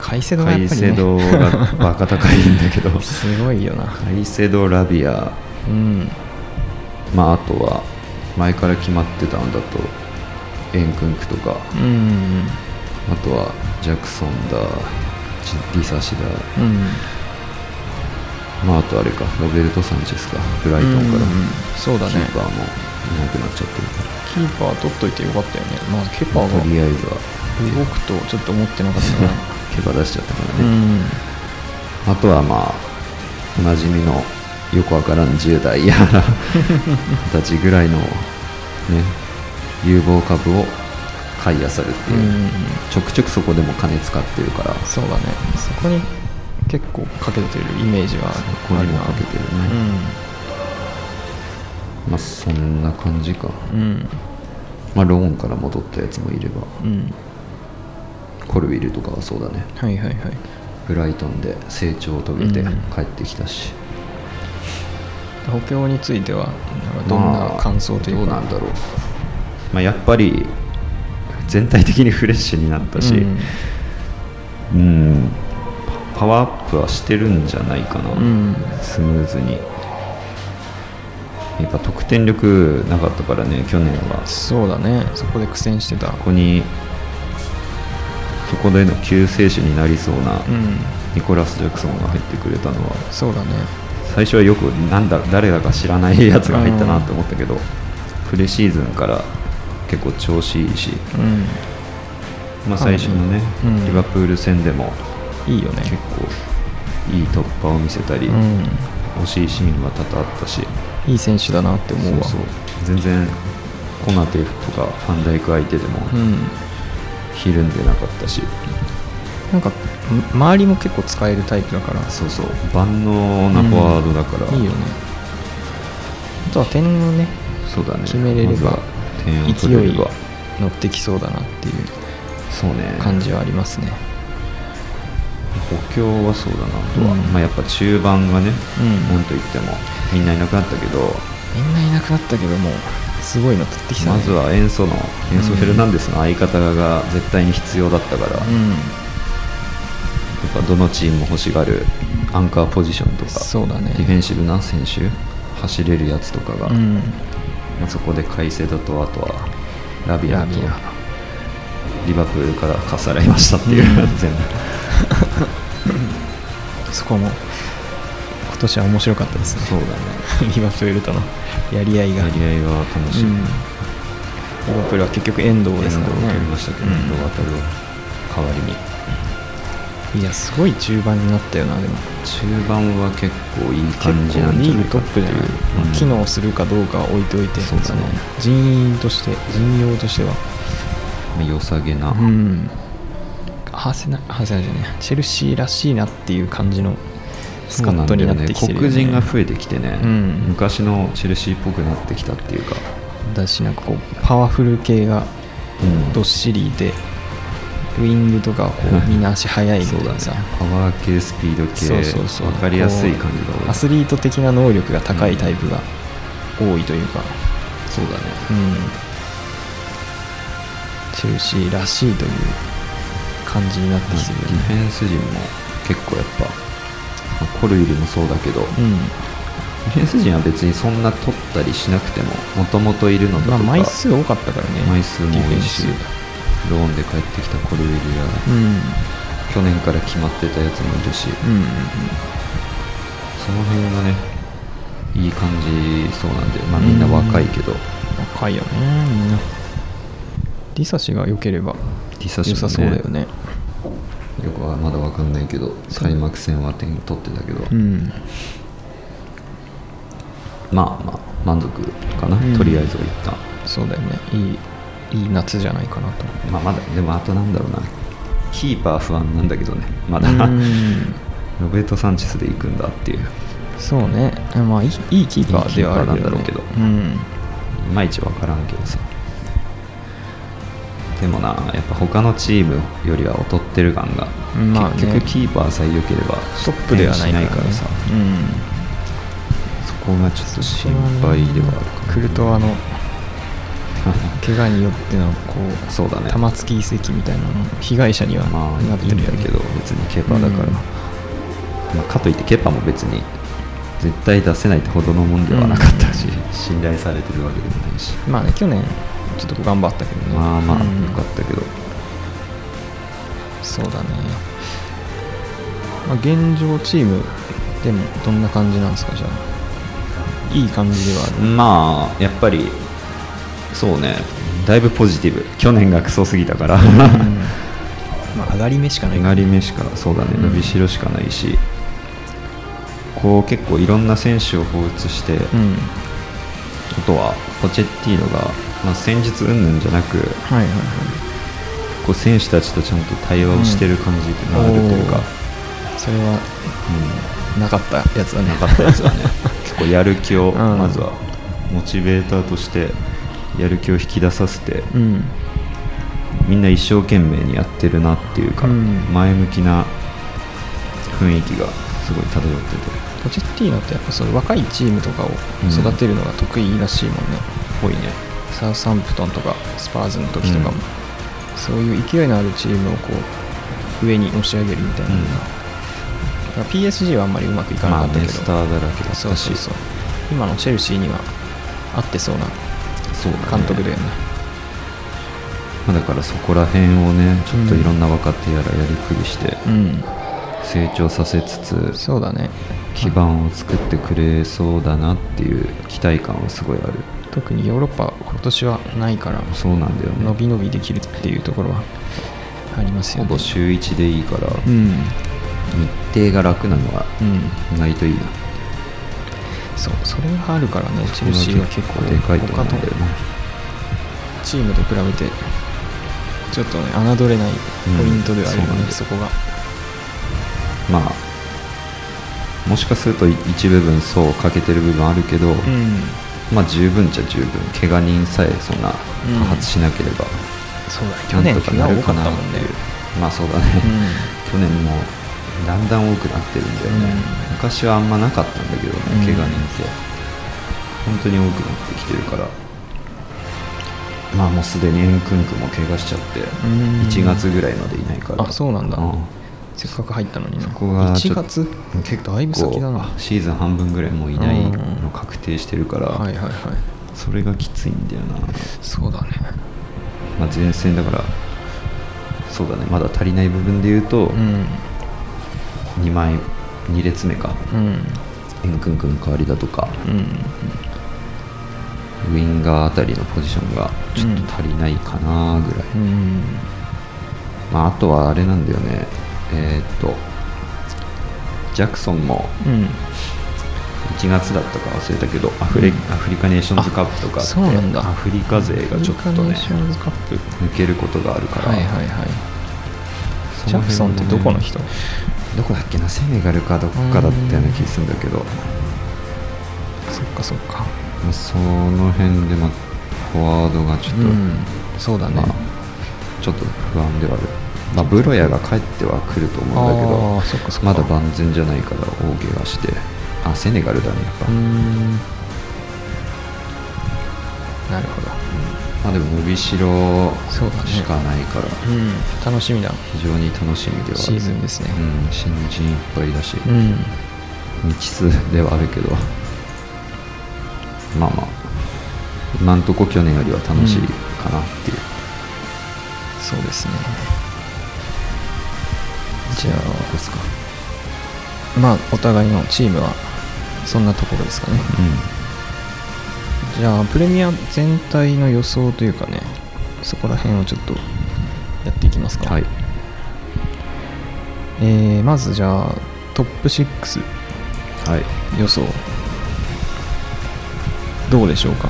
S3: カイセドがやっ
S4: 改
S3: ぱり
S4: 正
S3: ね
S4: 度がバカ高いんだけ ど
S3: すごいよな
S4: 改正度ラビア
S3: うん
S4: まああとは前から決まってたんだとエンクンクとか
S3: うんうん
S4: あとはジャクソンだジディサシだ
S3: うん
S4: まああとあれかロベルト・サンチェスかブライトンか
S3: う
S4: ら、
S3: んうんそうだね
S4: キーパーもいなくなっちゃってるか
S3: キーパー取っといてよかったよねまあケパ
S4: ら、
S3: ーが
S4: とりあえずは
S3: 動くとちょっと思ってなかった な
S4: 怪我出しちゃったから
S3: う
S4: ね、
S3: ん
S4: あとはまあおなじみのよくわからん10代や ら二十歳ぐらいのね有望株を買い漁るって
S3: う
S4: いう、
S3: ん
S4: ちょくちょくそこでも金使ってるから
S3: そ
S4: そ
S3: うだねそこに結構かけてるイメージはあ
S4: こ
S3: る
S4: にも
S3: な
S4: かけてるね、まあそんな感じか、
S3: うんうん
S4: まあ、ローンから戻ったやつもいれば
S3: うん
S4: コルウィルとかはそうだね
S3: はいはいはい
S4: ブライトンで成長を遂げて
S3: うん
S4: 帰ってきたし、
S3: 補強についてはなんかどんな感想というか、
S4: まあどうなんだろう、まあ、やっぱり全体的にフレッシュになったし、
S3: うん
S4: うんパパワーアップはしてるんじゃないかな、
S3: ん
S4: スムーズにやっぱ得点力なかったからね去年は
S3: そうだねそこで苦戦してた
S4: ここにそこでの救世主になりそうな
S3: うん
S4: ニコラス・ジャクソンが入ってくれたのは
S3: そうだね
S4: 最初はよくなんだ誰だか知らないやつが入ったなと思ったけど、プレシーズンから結構調子いいし、
S3: うん
S4: まあ、最初のね、
S3: うん
S4: リバプール戦でも
S3: いいよね
S4: 結構いい突破を見せたり、
S3: うん
S4: 惜しいシーンは多々あったし
S3: いい選手だなって思うわ
S4: そうそう全然コナテとかファンダイク相手でも
S3: うん
S4: ひるんでなかったし、
S3: なんかん周りも結構使えるタイプだから
S4: そうそう万能なフォワードだから、
S3: いいよねあとは点をね
S4: そうだね
S3: 決めれれば
S4: まずは点を
S3: 勢
S4: 取れ
S3: い
S4: れば
S3: 乗ってきそうだなっていう
S4: そうね
S3: 感じはありますね
S4: 補強はそうだなあとは、
S3: うん
S4: まあ、やっぱ中盤がね、
S3: うん
S4: なんといってもみんないなくなったけど、
S3: みんないなくなったけどもすごいの取ってきたね
S4: まずは塩素の塩素フェルナンデスの相方が絶対に必要だったから、
S3: う
S4: やっ
S3: ん
S4: ぱどのチームも欲しがるアンカーポジションとか
S3: そうだね
S4: ディフェンシブな選手走れるやつとかが、
S3: うん
S4: まあ、そこでカイセドとあとはラビア
S3: ラ
S4: と
S3: ビア
S4: リバプールからかさらいましたっていう、 全部
S3: そこも今年は面白かったですね
S4: そうだね
S3: リバプールとのやり合いが、
S4: やり合いは楽しい、
S3: うんリバプールは結局遠藤
S4: 遠
S3: です
S4: 藤
S3: から
S4: を
S3: ね
S4: 取りましたけど、
S3: うん
S4: 遠藤航を代わりに
S3: いやすごい中盤になったよなでも
S4: 中盤は結構いい感
S3: 結
S4: じな
S3: 構
S4: ん
S3: リ
S4: じ
S3: ー
S4: ゃな
S3: グ
S4: い
S3: ト
S4: かっ
S3: ップ
S4: てい
S3: じ
S4: う
S3: ゃない、
S4: うん
S3: 機能するかどうかは置いておいて
S4: そうだね
S3: 人員として人用としては
S4: まあ良さげな、
S3: うんハーセナハーセナじゃねえチェルシーらしいなっていう感じのスカットになってきてるよ
S4: 黒人が増えてきてね、
S3: うん
S4: 昔のチェルシーっぽくなってきたっていうか、
S3: だしなんかこうパワフル系がどっしりいてウイングとかこうみんな足速いみた
S4: そう
S3: い
S4: だ
S3: な
S4: ね
S3: さ
S4: パワー系スピード系
S3: そうそうそう
S4: 分かりやすい感じ
S3: こう
S4: が
S3: アスリート的な能力が高いタイプが多いというか、
S4: そうだね
S3: うん、チェルシーらしいという感じになって
S4: デ
S3: きてるよ
S4: ィ
S3: ね
S4: フェンス陣も結構やっぱ、まあコルイルもそうだけど、デ
S3: う
S4: ィ
S3: ん
S4: フェンス陣は別にそんな取ったりしなくてももともといるのだと
S3: ま
S4: か、
S3: あ、枚数多かったからね
S4: 枚数も
S3: ディフ
S4: 多
S3: ェン
S4: い
S3: ス
S4: しローンで帰ってきたコルイルや、
S3: うん
S4: 去年から決まってたやつもいるし、
S3: うん
S4: その辺がねいい感じそうなんで、まあ、みんな若いけど、
S3: 若いよねみんなリサシが良ければ
S4: ディサ
S3: 良
S4: シ
S3: さ
S4: も
S3: そうだよね
S4: よくはまだわかんないけど
S3: そう
S4: 開幕戦は点取ってたけど、
S3: うん
S4: まあまあ満足かな、
S3: うん
S4: とりあえずは一旦
S3: そうだよねいいいい夏じゃないかなと
S4: まあまだでもあとなんだろうなキーパー不安なんだけどねまだ
S3: う
S4: ロ
S3: ん
S4: ベート・サンチェスで行くんだっていう
S3: そうねまあいいいいキーパーではある
S4: いいキーパーなんだろうけど
S3: うん
S4: いまいち分からんけどさでもなやっぱ他のチームよりは劣ってる感が、
S3: まあね
S4: 結局キーパーさえ良ければ
S3: トップではないから,、
S4: 失点しないからさ、
S3: うん
S4: そこがちょっと心配ではあるかな
S3: クルト ワの怪我によってのこう
S4: そうだね
S3: 玉突き遺跡みたいなの被害者には
S4: まあ
S3: なって
S4: いい
S3: る
S4: ん
S3: よ
S4: だ
S3: ね
S4: けど別にケパだから、
S3: うん
S4: まあ、かといってケパも別に絶対出せないってほどのもんではなかったし、信頼されてるわけでもないし
S3: まあね去年ちょっと頑張ったけどね
S4: まあまあ
S3: うん
S4: よかったけど、
S3: そうだね、まあ、現状チームでもどんな感じなんですかじゃあいい感じではある
S4: まあやっぱりそうねだいぶポジティブ去年がクソすぎたから
S3: まあ上がり目しかない
S4: 上
S3: か
S4: が
S3: ら
S4: り目しかそうだね
S3: うん
S4: 伸びしろしかないし、こう結構いろんな選手を放出して、
S3: うん
S4: あとはポチェッティーノが、まあ、戦術云々じゃなく
S3: はいはいはい
S4: こう選手たちとちゃんと対話をしてる感じがあるというか、
S3: それはなかったやつだ
S4: うん
S3: ね
S4: なかったやつだ ね結構やる気を
S3: ん
S4: まずはモチベーターとしてやる気を引き出させて、
S3: うん
S4: みんな一生懸命にやってるなっていうか、
S3: うん
S4: 前向きな雰囲気がすごい漂ってて。
S3: ポチェッティーノってやっぱその若いチームとかを育てるのが得意らしいもんね、
S4: ぽいね
S3: サウサンプトンとかスパーズの時とかも、
S4: うん
S3: そういう勢いのあるチームをこう上に押し上げるみたいなのが、
S4: うん
S3: だから PSG はあんまりうまくいかな
S4: ま
S3: か
S4: あ
S3: ったけ
S4: ね
S3: ど、
S4: スターだらけだったし
S3: そうそうそう今のチェルシーには合ってそうな
S4: そうだね
S3: 監督だよね
S4: まあだからそこら辺をねちょっといろんな若手やらやりくりして成長させつ
S3: うん
S4: つ
S3: そうだね
S4: 基盤を作ってくれそうだなっていう期待感はすごいある
S3: 特にヨーロッパは今年はないから
S4: そうなんだよ
S3: 伸
S4: ね
S3: び伸びできるっていうところはありますよ
S4: ほ
S3: ね
S4: ぼ週1でいいから
S3: う
S4: 日
S3: ん
S4: 程が楽なのは
S3: うん
S4: 意外といいな
S3: そうそれがあるからねチェルシーは結構
S4: でかいと思うんだよ
S3: 他の
S4: ね
S3: チームと比べてちょっとね侮れないポイントではあるよね、
S4: うん
S3: そ
S4: そ
S3: こが
S4: まあもしかすると一部分そう欠けてる部分あるけど、
S3: うん
S4: まあ十分じゃ十分怪我人さえそんな多発しなければ、
S3: そうだね去
S4: なん
S3: 年
S4: とか
S3: 怪
S4: な
S3: 我
S4: る
S3: 多か
S4: か
S3: っ
S4: な
S3: た
S4: っ
S3: もん
S4: て
S3: ね
S4: いう、まあそうだね、去年もだんだん多くなってるんだよね、
S3: うん
S4: 昔はあんまなかったんだけどね、
S3: うん
S4: 怪我人って本当に多くなってきてるからまあもうすでにエンクンクも怪我しちゃって、
S3: ん
S4: 1月ぐらいまでいないから
S3: あそうなんだ、
S4: うん
S3: せっかく入ったのにな
S4: ここがち
S3: 1
S4: ょっと
S3: 月
S4: 結構
S3: だいぶ先だなは
S4: シーズン半分ぐらいもういない
S3: うん
S4: の確定してるから、
S3: いはいはい
S4: それがきついんだよな、
S3: そうだね
S4: まあ、前線だからそうだねまだ足りない部分で言うと、
S3: うん
S4: 2枚2列目か
S3: うん
S4: エンクンクの代わりだとか
S3: うん
S4: ウィンガーあたりのポジションがちょっと足りないかなぐらい、
S3: うん
S4: まあ、あとはあれなんだよねえーっとジャクソンも
S3: うん
S4: 1月だったか忘れたけどアフレ、
S3: うん
S4: アフリカネーションズカップとかあって
S3: そうなんだ
S4: アフリカ勢がちょっと
S3: アメリカネ
S4: ね
S3: ーションズカップ
S4: 抜けることがあるから、
S3: はいはいはい
S4: そ
S3: ジャ
S4: の辺もね
S3: クソンってどこの人
S4: どこだっけなセネガルかどこかだったような気がするんだけど、
S3: そっかそっか
S4: まあその辺で、まあ、フォワードがちょっ
S3: う
S4: と、
S3: んそうだね
S4: まあ、ちょっと不安ではある、まあ、ブロヤが帰ってはくると思うんだけ
S3: あ
S4: ど
S3: ーそっかそっか
S4: まだ万全じゃないから大怪我してあセネガルだねやっぱ、
S3: うーんなるほど
S4: まあ、でも伸びしろ
S3: そうだね
S4: しかないから、
S3: うん楽しみだ
S4: 非常に楽しみではある
S3: シーズンですね
S4: うん、新人いっぱいだし、
S3: うん
S4: 未知数ではあるけどまあまあ今んとこ去年よりは楽しいかなっていう、
S3: そうですねじゃあ
S4: ですか
S3: まあお互いのチームはそんなところですかねじゃあプレミア全体の予想というかねそこら辺をちょっとやっていきます
S4: うん
S3: か
S4: はい
S3: えーまずじゃあトップ6
S4: はい
S3: 予想どうでしょうか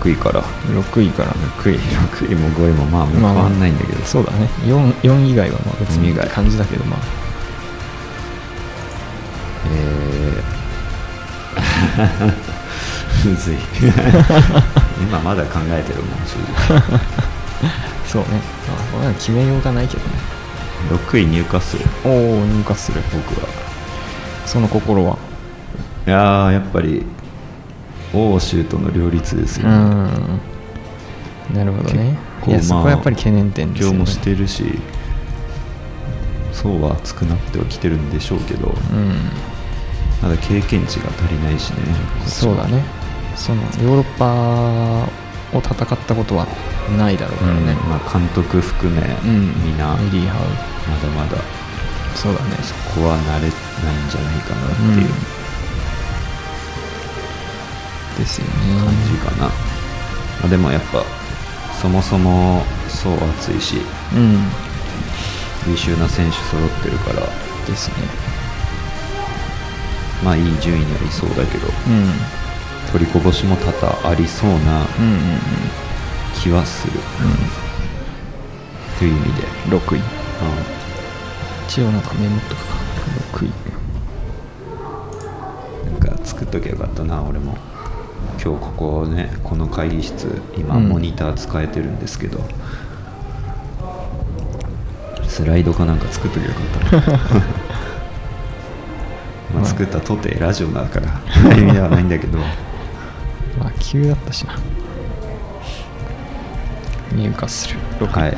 S4: 6位から
S3: 6位から
S4: 6位6位も5位もまあ変
S3: まあまあ
S4: わんないんだけど、
S3: そうだね 4, 4以外はまあ別に
S4: 以外
S3: 感じだけどまあ
S4: えー むずい 今まだ考えてるもん正直
S3: そうねまあこれは決めようがないけどね
S4: 6位入荷する
S3: おお入荷する
S4: 僕は
S3: その心はい
S4: やーやっぱり欧州との両立です
S3: う
S4: よね、
S3: んなるほどね
S4: 結構
S3: いや
S4: まあ
S3: そこはやっぱり懸念点です
S4: 今
S3: よ
S4: 日
S3: ね
S4: もしてるしそうは厚くなってはきてるんでしょうけど
S3: うん
S4: まだ経験値が足りないしね
S3: そうだねそのヨーロッパを戦ったことはないだろう
S4: う
S3: から
S4: ん
S3: ね
S4: まあ、監督含め、
S3: うん
S4: みんなまだ
S3: エリーハ
S4: まだ
S3: ウそうだね
S4: そこは慣れないんじゃないかなっていう
S3: ですよね
S4: 感じかな、まあ、でもやっぱそもそもそう熱いし
S3: うん
S4: 優秀な選手揃ってるから
S3: ですね
S4: まあいい順位にはいそうだけど
S3: うん
S4: 取りこぼしも多々ありそうな
S3: うんうん
S4: 気はする、という意味で、
S3: うん6位
S4: う
S3: 一応なんかメモっとくか6位
S4: ん、なんか作っときゃよかったな俺も今日ここねこの会議室今
S3: うん
S4: モニター使えてるんですけど、スライドかなんか作っときゃよか ったなまあ作ったとてラジオだから 意味ではないんだけど
S3: まあ急だったしな入荷する6
S4: はい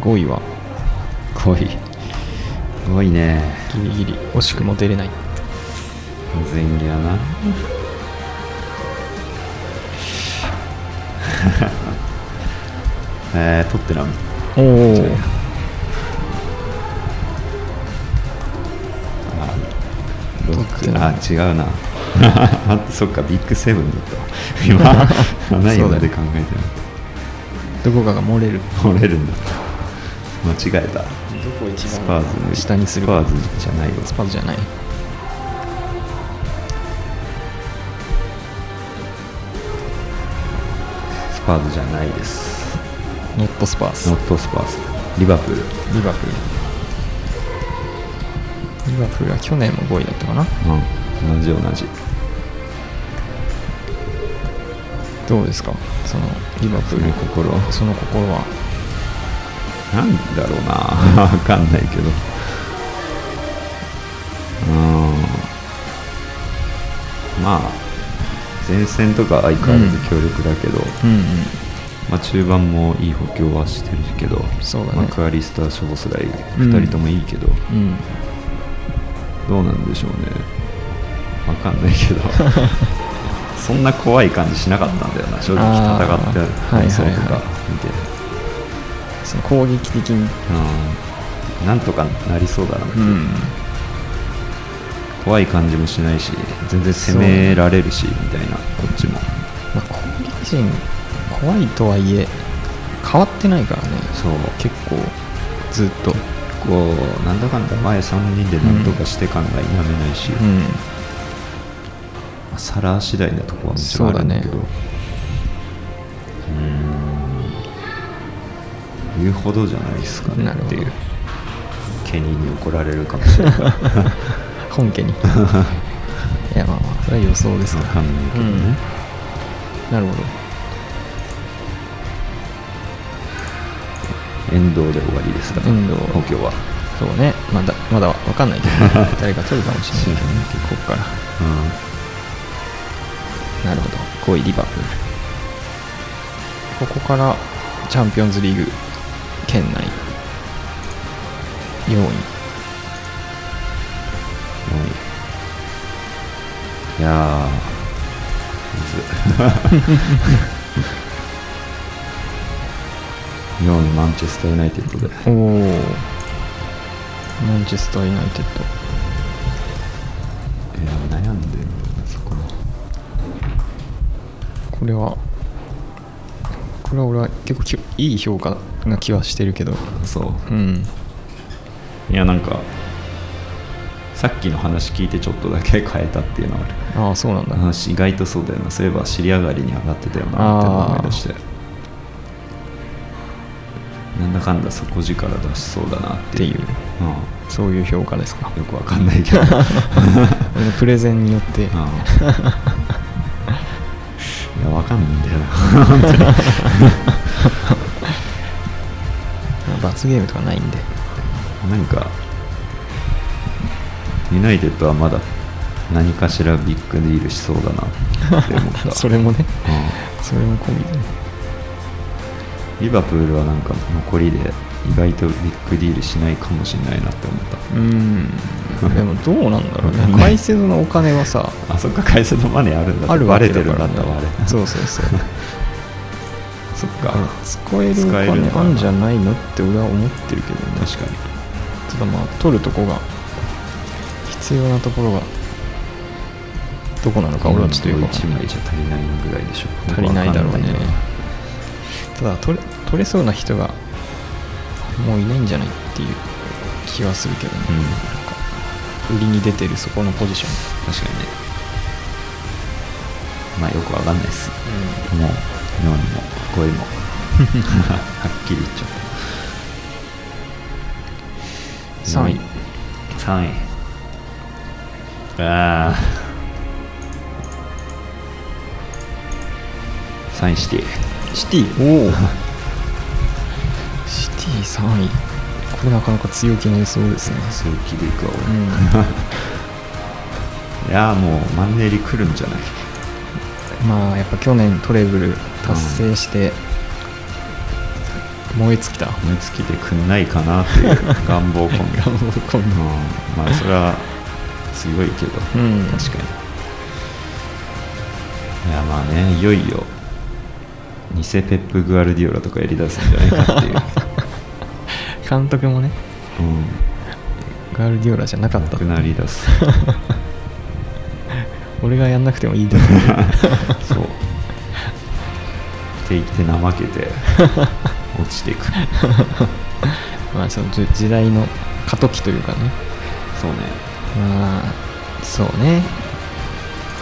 S3: 5位は
S4: 濃い濃いね
S3: ギリギリ惜しくも出れない
S4: 前儀やな えー、トッテナム
S3: おお
S4: ロ
S3: ト
S4: ッ
S3: ッ
S4: ク
S3: テナ
S4: あ
S3: ム
S4: 違うな あそっかビッグセブンだったわ 今7位まで考え
S3: ど
S4: て
S3: こかが漏れる
S4: な折れるんだった間違えた
S3: どこ一
S4: スパーズの
S3: 下にする
S4: スパ
S3: か
S4: ーズじゃないわ
S3: スパーズじゃない
S4: スパーズじゃないです
S3: ノットスパーズ
S4: ノットスパーズリバプール
S3: リバプールリバプールは去年も5位だったかな
S4: うん同じ同じ
S3: どうですかそのリバプール
S4: 心
S3: その心は
S4: なんだろうな わかんないけどうんまあ前線とか相変わらず強力だけど、
S3: うんうん
S4: まあ、中盤もいい補強はしてるけど
S3: そうだね
S4: マクアリスター・ショボスライ
S3: うん
S4: 2人ともいいけど、
S3: うん
S4: どうなんでしょうねわかんない けどそんな怖い感じしなかったんだよな正直
S3: あー
S4: 戦って
S3: はいはいはい
S4: 感想とか見て、
S3: その攻撃的に
S4: うんなんとかなりそうだなっていう、
S3: ん
S4: 怖い感じもしないし全然攻められるしみたいなこっちも
S3: まあ、攻撃陣怖いとはいえ変わってないからね
S4: そう
S3: 結構ずっと
S4: こうなんだかんだ前3人で何とかしてかんが否めないし、
S3: うん
S4: まあサラー次第なとこはもちろんあるんだけど
S3: そううだね
S4: ーん言うほどじゃないですかね
S3: なる
S4: っ
S3: ほ
S4: て
S3: ど
S4: いうケニーに怒られるかもしれ ないわ
S3: 本 家にいやまあまあそれは予想ですから
S4: かんないけどね、
S3: なるほど
S4: 遠藤で終わりですから
S3: 遠藤
S4: 故郷は
S3: そうねまだまだわかんないけど 誰か取るかもしれない
S4: そうだね
S3: ここからなるほど5位リバプールここからチャンピオンズリーグ圏内4位
S4: うん、はいいやー むずい4位マンチェスター・ユナイテッドで
S3: おおマンチェスター・ユナイテッド
S4: いや悩んでるんだよなそこも
S3: これはこれは俺は結構きゅいい評価な気はしてるけど
S4: そ
S3: うん
S4: ういやなんかさっきの話聞いてちょっとだけ変えたっていうのはある
S3: ああそうなんだ
S4: 話意外とそうだよなそういえば尻上がりに上がってたよなって思い出してなんだかんだ底力出しそうだなっ
S3: ってて
S4: いう
S3: いうそういう評価ですか
S4: うん、よくわかんないけど、うん、
S3: 俺のプレゼンによって
S4: いやわかんないんだよな本当に
S3: 罰ゲームとかないんで
S4: なんかユナイテッドはまだ何かしらビッグディールしそうだなって思っ た
S3: それもね
S4: う
S3: それも込みでね
S4: んリバプールはなんか残りで意外とビッグディールしないかもしれないなって思っ
S3: うんでもどうなんだろう
S4: ね
S3: ね解説のお金はさ
S4: た あそっか会社のマネーあるんだ
S3: ある
S4: バ
S3: わ
S4: レ
S3: け
S4: て
S3: だ
S4: る
S3: か
S4: んだ
S3: ら、ね
S4: ったわあれ、
S3: そうそうそう
S4: そっか
S3: 使えるお
S4: 使えるん
S3: 金
S4: だな
S3: あんじゃないのって俺は思ってるけどね
S4: 確かに
S3: ただまあ取るとこが必要なところがどこなのか俺はちょっとよくわか
S4: 1
S3: んない
S4: 枚じゃ足りないぐらいでしょ
S3: 足りないだろう
S4: わか
S3: ね
S4: んないな
S3: ただ取れ取れそうな人がもういないんじゃないっていう気はするけどね、
S4: うん
S3: なんか売りに出てるそこのポジショ
S4: 確かにねまあよくわかんないっす
S3: ン、
S4: もう4位も5位も はっきり言っちゃった
S3: 3位
S4: 3位ああ3位シティ
S3: シティおお シティ3位これなかなか強気な予想ですね
S4: そういう気でいくわ
S3: う
S4: 俺、
S3: ん
S4: いやーもうマンネリ来るんじゃない
S3: まあやっぱ去年トレブル達成して、燃え尽 きた
S4: 思いつきてくんないかなっていう願望込み
S3: 願望込み
S4: うんまあそれは強いけど、
S3: うん
S4: 確かにいやまあねいよいよ偽ペップ・グアルディオラとかやりだすんじゃないか っていう、
S3: 監督もね
S4: うん、
S3: ガルディオラじゃなかっ
S4: な
S3: た
S4: くなりだす
S3: 俺がやんなくてもいいだろう
S4: そうって言って怠けて落ちていく
S3: まあその時時代の過渡期というかね
S4: そうね
S3: まあそうね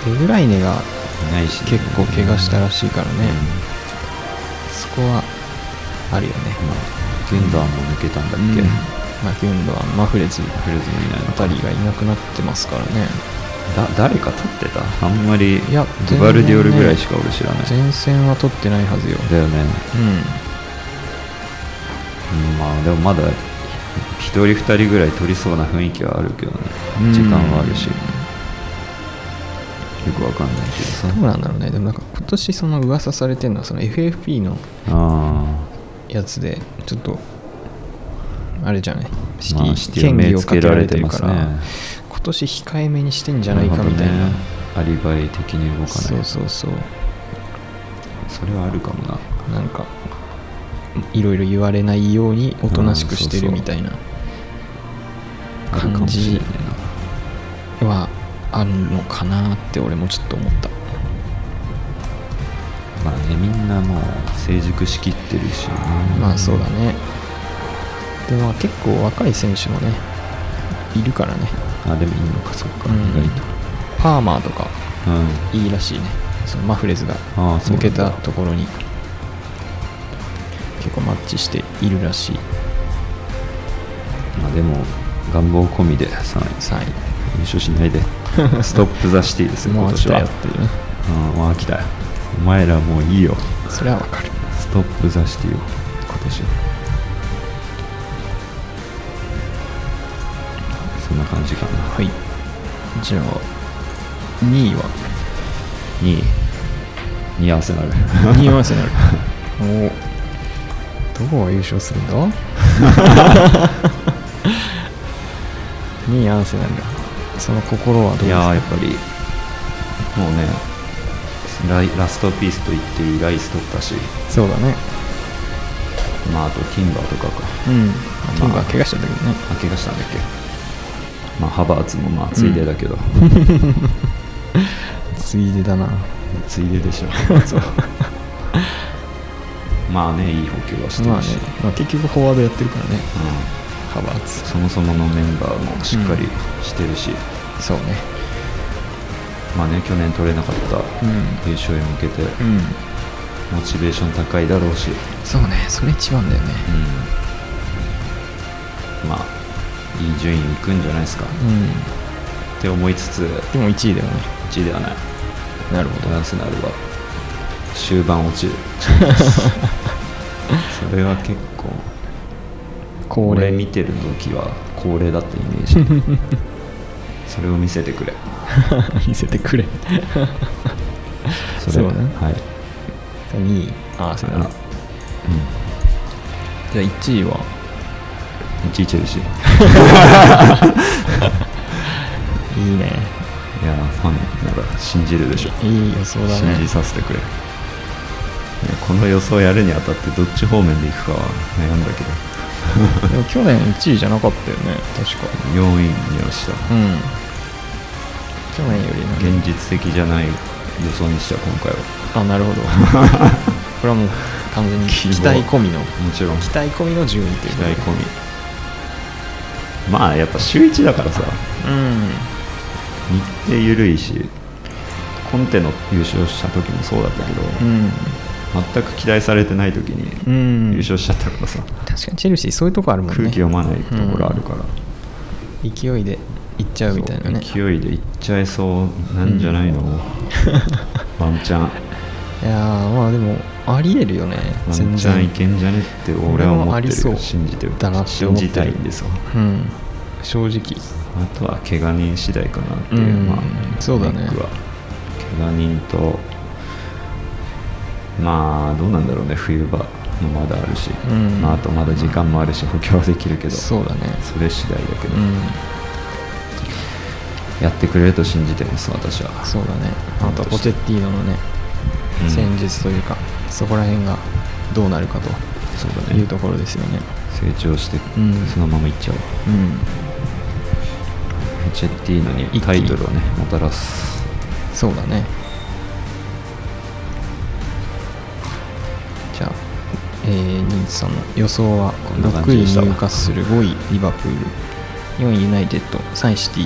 S3: デブライネが
S4: いないしね、
S3: 結構怪我したらしいからね
S4: うん、
S3: そこはあるよね、
S4: まあギュンドアンも抜けたんだっけ、
S3: うんまあ、ギュンドはマフレジ
S4: フレズもいないの
S3: あ
S4: か
S3: たりがいなくなってますからね
S4: だ誰か取ってたあんまり
S3: いや
S4: グバルディオルぐらいしか俺知らない
S3: 前線は取ってないはずよ
S4: だよね、
S3: うん
S4: うん、まあでもまだ一人二人ぐらい取りそうな雰囲気はあるけどね
S3: うん
S4: 時間はあるしよくわかんないけどさ
S3: どうなんだろうねでもなんか今年その噂されてるのはその FFP の
S4: あ
S3: やつでちょっとあれじゃないシテ
S4: まあシティ
S3: ィ
S4: は
S3: 権
S4: 目
S3: 利を
S4: つ
S3: か
S4: け
S3: け
S4: ら
S3: ら
S4: れ
S3: れ
S4: て
S3: て
S4: ま
S3: る
S4: す
S3: か
S4: ね
S3: ら今年控えめにしてんじ
S4: あ
S3: ゃないかみたいな
S4: るほどねアリバイ的に動か
S3: そ
S4: な
S3: う
S4: い
S3: そうそう
S4: それはあるかもな
S3: なんかいろいろ言われないようにおとなしくして
S4: う
S3: る
S4: ん
S3: みたいな
S4: あるかもしれないな
S3: はあるのかなって俺もちょっと思った
S4: まあねみんなもう成熟しきってるしな
S3: まあそうだねでまあ結構若い選手もねいるからね
S4: あでもいいのかそっか、
S3: うん
S4: 意外と
S3: パーマーとか
S4: うん
S3: いいらしいねそのマフレーズが
S4: ああそ
S3: 抜
S4: うなんだ
S3: けたところに結構マッチしているらしい
S4: まあでも願望込みで3位
S3: 3位
S4: 優勝し ないでストップ・ザ・シティですよ
S3: もう
S4: 今
S3: 飽き
S4: 年
S3: た
S4: は
S3: よっていうね
S4: うんもう飽きたよお前らもういいよ
S3: それはわかる
S4: ストップ・ザ・シティを今年はそんな感じかな
S3: はいじゃあ2位は
S4: 2位2位アーセ ナル
S3: 2位はアーセナルおーどこが優勝するんだ 2位アーセナルだその心はどう
S4: い
S3: です
S4: や
S3: か
S4: ーやっぱりもうねライラストピースと言っていいライス取ったし
S3: そうだね
S4: まああとティンバーとかか
S3: うん今回怪我しちゃったけどね
S4: あ怪我したんだっけまあハバーツもまあついでだけど、
S3: ついでだな
S4: ついでで しょまあねいい補給はして
S3: まあ
S4: る
S3: ね
S4: し、、
S3: まあ、結局フォワードやってるからね
S4: う
S3: ハバーツ
S4: ん、そもそものメンバーもしっかりしてるし、
S3: そうね
S4: まあね去年取れなかった
S3: うん
S4: 優勝へ向けて
S3: うん
S4: モチベーション高いだろうし、
S3: そうねそれ一番だよね
S4: うん、まあいい順位に行くんじゃないですか、
S3: う
S4: っ
S3: ん
S4: て思いつつ
S3: でも1位だよね
S4: 1位ではない
S3: なるほ
S4: アーセナルは終盤落ちる それは結構
S3: 恒
S4: 俺
S3: 例
S4: 見てる時は恒例だったイメージ それを見せてくれ
S3: 見せてくれ
S4: それ
S3: そうね
S4: はい、
S3: 2位アーセナルじゃあ1位は
S4: うん、1位チェルシーい
S3: いいね
S4: やーファンなら信じるでしょ
S3: いい予想だ
S4: 信
S3: ね
S4: じさせてくれ、ねこの予想やるにあたってどっち方面でいくかは悩んだけど
S3: でも去年1位じゃなかったよね確か
S4: 4位にはし
S3: う
S4: た
S3: ん去年よりなんか
S4: 現実的じゃない予想にした今回は
S3: あなる ほどこれはもう完全に期待込みの
S4: もちろん
S3: 期待込みの順位という
S4: 期
S3: ことで
S4: 待込みまあやっぱ週1だからさ
S3: うん
S4: 日程緩いしコンテの優勝した時もそうだったけど、
S3: うん
S4: 全く期待されてない時に
S3: うん
S4: 優勝しちゃったからさ、
S3: 確かにチェルシーそういうとこあるもんね
S4: 空気読まないところあるから、
S3: 勢いでいっちゃうみたいなね
S4: そう勢いでいっちゃいそうなんじゃないの、 ワンチャン
S3: いやーまあでもありえるよね
S4: ワン
S3: 全
S4: チャンい
S3: 然
S4: けんじゃねって俺は
S3: 俺も
S4: 思
S3: あ
S4: って
S3: り
S4: る
S3: そう
S4: 信じてる
S3: だなって思
S4: 信
S3: ってる
S4: じたいんですよ
S3: うん正直
S4: あとは怪我人次第かなっていう、
S3: うん
S4: まあ
S3: そうだね
S4: 僕は怪我人とまあどうなんだろうね冬場もまだあるし、
S3: うん
S4: まあ、あとまだ時間もあるし補強はできるけど
S3: そうだね
S4: それ次第だけ
S3: う
S4: ど、
S3: ん
S4: やってくれると信じてます私は
S3: そうだねあとはポチェッティーノのね
S4: うん
S3: 戦術というかそこら辺がどうなるか
S4: そう
S3: と
S4: だね
S3: いうところですよね
S4: 成長して、
S3: うん
S4: そのままいっちゃおう
S3: うん
S4: チェッティーノに
S3: 気に
S4: タイトルをねもたらす
S3: そうだねじゃあ、えー、ニーズさんの予想は
S4: こんな感
S3: 6
S4: じでし
S3: 位
S4: た
S3: 入荷する5位リバプール4位ユナイテッド3位シティ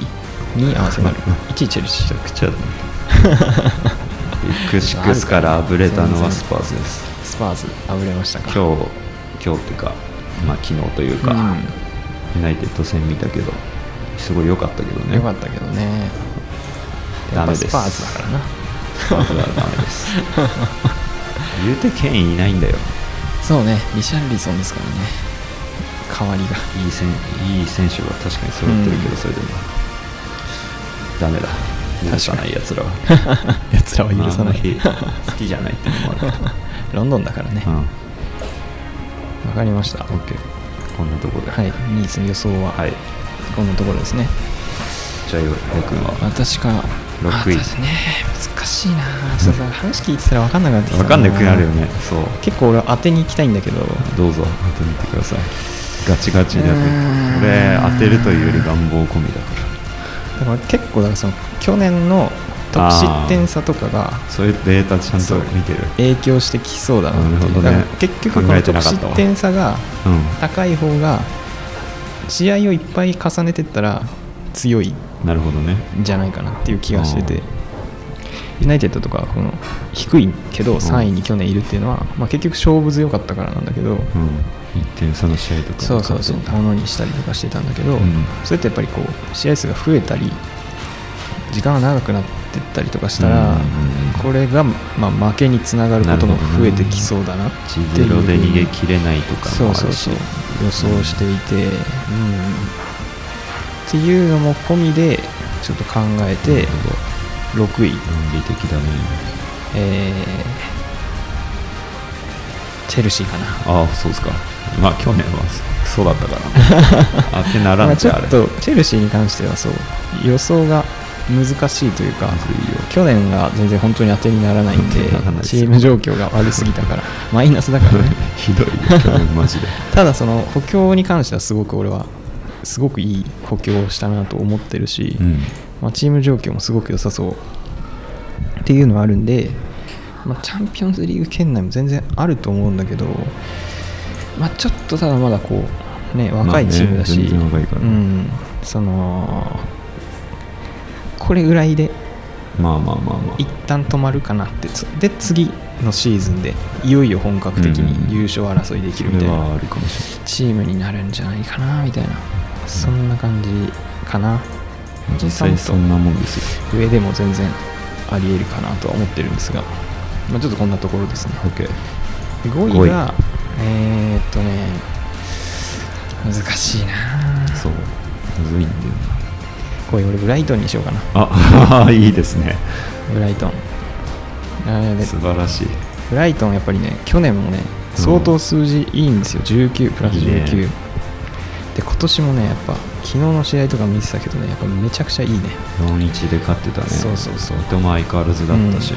S3: 2位アー セナル1位チェルシー
S4: めちゃくちゃだねビッグシックスからあぶれたのはスパーズです
S3: スパーズあぶれましたか
S4: 今日今日っていうか、まあ、昨日というか、ユナイテッド戦見たけどすごい良かったけど
S3: うん、
S4: ね
S3: よかったけどねやっぱ
S4: ダメです
S3: スパーズだからな
S4: スパーズはダメです言うてケインいないんだよ
S3: そうねリシャルリソンですからね代わりが
S4: いい選いい選手は確かに揃ってるけど、
S3: うん
S4: それでもダメだ許さないやつらは
S3: やつらは許さない
S4: まああんまり好きじゃないっていうのもあるけど
S3: ロンドンだからね
S4: うん
S3: わ、かりましたは
S4: OK こんなとこではい
S3: ニーズの予想は
S4: はい、
S3: こんなところですね、
S4: じゃあよくんは
S3: 私か
S4: 6位
S3: あ私ね難しいなちょっとさ話聞いてたら分かんなくなってきた
S4: 分かんなくなるよねそう
S3: 結構俺当てに行きたいんだけど
S4: どうぞ当てみてくださいガチガチで当て
S3: うーん
S4: る俺当てるというより願望込みだから
S3: だから結構だからその去年の得失点差とかが
S4: そういうデータちゃんと見てる
S3: 影響してきそうだなっていう
S4: なるほどね
S3: だから結局こ
S4: 考え
S3: の
S4: てな
S3: 得
S4: かったわ
S3: 失点差が
S4: うん
S3: 高い方が試合をいっぱい重ねてったら強い
S4: なるほどね
S3: んじゃないかなっていう気がしてて、ユナイテッドとかこの低いけど3位に去年いるっていうのは、まあ、結局勝負強かったからなんだけど、
S4: うん1点差の試合とか
S3: そうそうそう
S4: 勝
S3: も
S4: つんだ
S3: のにしたりとかしてたんだけど、
S4: うん
S3: それってやっぱりこう試合数が増えたり時間が長くなってったりとかしたら、
S4: うんうんうん
S3: これが、まあ、負けにつながることも
S4: なるほど
S3: 増
S4: ね
S3: えてきそうだなって
S4: 1
S3: いう
S4: ゼロで逃げ切れないとか
S3: そ
S4: も
S3: う
S4: あ
S3: そう
S4: るし
S3: そう予想していて、うんっていうのも込みでちょっと考えて6位、
S4: 論理的だね
S3: えーチェルシーかな
S4: ああそうですかまあ去年はクソだったか らあってなら
S3: ま
S4: ん
S3: あ
S4: じ
S3: ちょ
S4: ゃあれ
S3: っとチェルシーに関してはそう予想が難しいというか
S4: まずいよ
S3: 去年が全然本当に当てにならないんで
S4: 当てにならないです
S3: チ
S4: よ
S3: ーム状況が悪すぎたからマイナスだから ね
S4: ひどいよ去年マジで
S3: ただその補強に関してはすごく俺はすごくいい補強をしたなと思ってるし、
S4: うん
S3: まあ、チーム状況もすごく良さそうっていうのはあるんで、まあ、チャンピオンズリーグ圏内も全然あると思うんだけど、まあ、ちょっとただまだこう、ね、若いチームだし、
S4: まあね全然若いから
S3: うん、そのこれぐらいで
S4: まあまあまあまあ
S3: 一旦止まるかなってつで次のシーズンでいよいよ本格的に優勝争いできるみたい
S4: それ
S3: な
S4: はあるかもし
S3: チームになるんじゃないかなみたいなそんな感じかな。
S4: れない実際そんなもんですよ
S3: 上でも全然ありえるかなとは思ってるんですが、まあ、ちょっとこんなところですね
S4: OK
S3: 5位がえーっとね難しいな
S4: そうむずいんだよ
S3: 5位俺ブライトンにしようかな
S4: なあ いいですね
S3: ブライトンあーで
S4: 素晴らしい
S3: ブライトンやっぱりね去年もね
S4: うん
S3: 相当数字いいんですよ19プラス
S4: いいね
S3: 19で今年もねやっぱ昨日の試合とか見てたけどねやっぱめちゃくちゃいいね
S4: 4-1で勝ってたね
S3: そうそうそう
S4: とも相変わらずだったし、
S3: うん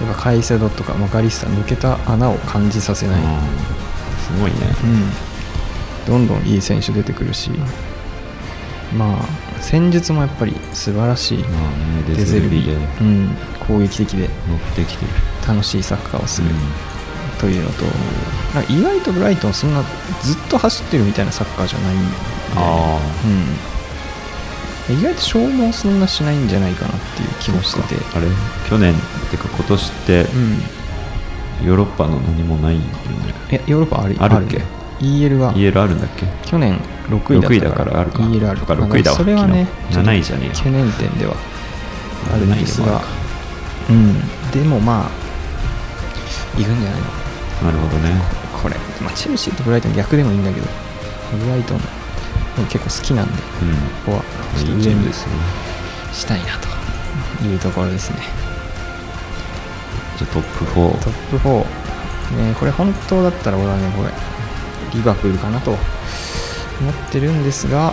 S3: やっぱカイセドとかマカリスタ抜けた穴を感じさせない、
S4: うんすごいね、
S3: うん、どんどんいい選手出てくるし、まあ、戦術もやっぱり素晴らしい、
S4: まあねデゼルビーで
S3: デ
S4: 乗
S3: ゼうん、攻撃的で
S4: ってきてる、
S3: 楽しいサッカーをす
S4: う
S3: る
S4: ん
S3: というのと、なんか意外とブライトン、そんなずっと走ってるみたいなサッカーじゃないんで、
S4: あ
S3: うん、意外と消耗そんなしないんじゃないかなっていう気もしてて、
S4: ああれ去年っていうか今年って
S3: うん、
S4: ヨーロッパの何もないよね、
S3: えヨーロッパある
S4: あるっけ
S3: ね EL が
S4: EL あるんだっけ
S3: 去年6位だったから
S4: 6位だからあるか
S3: EL ある
S4: とか6位だわ
S3: それはね
S4: 昨日7位じゃねえや
S3: 懸念点ではあるんです
S4: 7位でもあ
S3: が
S4: るか
S3: うんでもまあいくんじゃないの
S4: なるほどね
S3: これ、まあ、チェルシーとブライトン逆でもいいんだけどブライトン僕結構好きなんで
S4: うん
S3: ここはちょっ
S4: いい
S3: と
S4: チ
S3: 上
S4: ーム
S3: に
S4: ですね
S3: したいなというところですね
S4: じゃあトップ4
S3: トップ4、ね、これ本当だったら俺はねこれリバプールかなと思ってるんですが、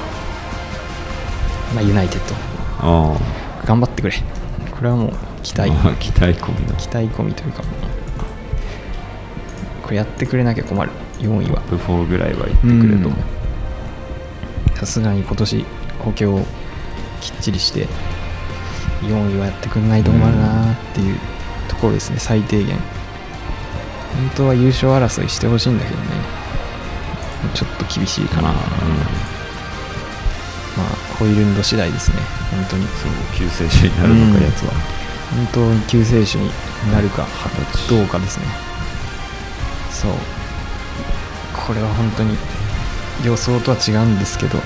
S3: まあ、ユナイテッド
S4: あ
S3: 頑張ってくれこれはもう期
S4: あ
S3: 待
S4: 期待込みの
S3: 期待込みというかこれやってくれなきゃ困る4位は
S4: トップ4ぐらいは行ってくれと、
S3: うんさすがに今年補強をきっちりして4位はやってくんないと困るなっていうところですね最低限本当は優勝争いしてほしいんだけどねちょっと厳しいかな、
S4: まあ
S3: まあホイールンド次第ですね本当に
S4: そう救世主になるのかやつは、
S3: 本当に救世主になるか
S4: 歳
S3: どうかですねそうこれは本当に予想とは違うんですけど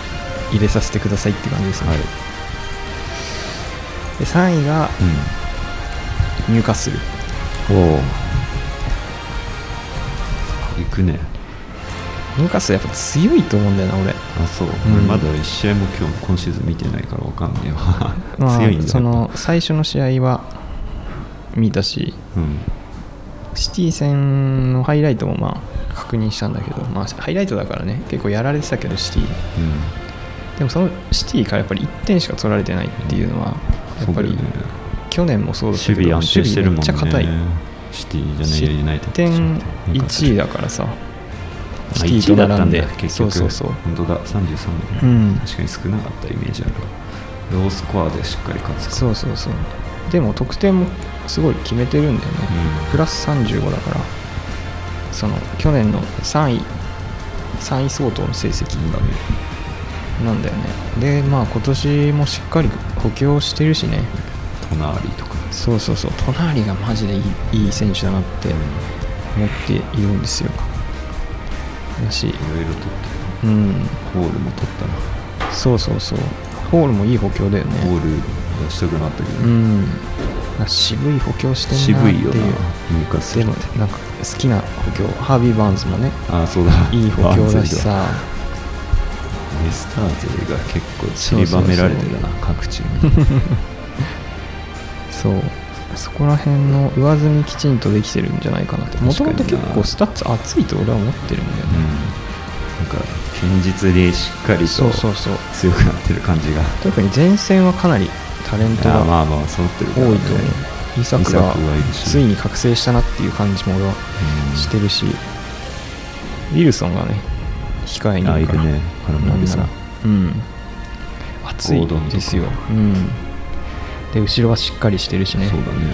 S3: 入れさせてくださいって感じですね、
S4: はい、
S3: で3位が入荷する
S4: うん、おお行くね
S3: 入荷するやっぱ強いと思うんだよな俺
S4: あそう、
S3: ん
S4: 俺まだ1試合も今日今シーズン見てないからわかんねえわ
S3: まあ
S4: 強いんだ
S3: その最初の試合は見たし
S4: うん
S3: シティ戦のハイライトもまあ確認したんだけど、まあ、ハイライトだからね結構やられてたけどシティ
S4: うん
S3: でもそのシティからやっぱり1点しか取られてないっていうのはやっ
S4: そうだ
S3: ぱ
S4: よ
S3: り
S4: ね
S3: 去年もそうだっ
S4: 守
S3: たけど
S4: 備安定してるもんね
S3: 守備めっちゃ硬い
S4: シティじゃ
S3: 失
S4: ないユナイテッド
S3: 点1位
S4: だ
S3: だからさシ
S4: シ
S3: ティと
S4: ティだった
S3: 並ん
S4: ん
S3: で
S4: だ結
S3: そう
S4: 局
S3: そうそう
S4: 本当だ33
S3: う
S4: 分、
S3: ん
S4: 確かに少なかったイメージあるわロースコアでしっかり勝つか
S3: そうそうそうでも得点もすごい決めてるんだよね、
S4: うん
S3: プラス35だからその去年の3位3位相当の成績
S4: そうだね
S3: なんだよねでまあ今年もしっかり補強してるしね
S4: 隣とか
S3: そうそうそう隣がマジでいいいい選手だなって思っているんですよだし
S4: いろいろ取って
S3: うん
S4: るホールも取ったな
S3: そうそうそうホールもいい補強だよね
S4: ホール出したくなったけど、
S3: うん渋い補強して
S4: 渋
S3: んなって
S4: い
S3: いう
S4: よな入荷す
S3: で
S4: る
S3: もなんか好きな補強ハービー・バーンズもね
S4: ああそうだ
S3: いい補強だしさ
S4: ベスターズが結構散りばめられてるな各チーム
S3: そうそこら辺の上積みきちんとできてるんじゃないかなってもともと結
S4: 確かにな
S3: 構スタッツ熱いと俺は思ってるんだよ
S4: う
S3: ね、
S4: んなんか堅実にしっかり
S3: そ
S4: と
S3: うそうそう
S4: 強くなってる感じが
S3: 特に前線はかなりタレント
S4: いや
S3: が
S4: まあまあ揃ってる
S3: 多
S4: から
S3: い
S4: ね
S3: と思うイサクが
S4: イサクがいるし
S3: ついに覚醒したなっていう感じも俺は
S4: うん
S3: してるしウィルソンがね控えに
S4: あい
S3: いる
S4: る
S3: から
S4: ねカラム
S3: な
S4: ラ
S3: ん
S4: ビ
S3: な
S4: さ
S3: ら
S4: ん
S3: うん熱
S4: ゴ
S3: い
S4: ードンとか
S3: ですよ、うん、で後ろはしっかりしてるしね
S4: そうだね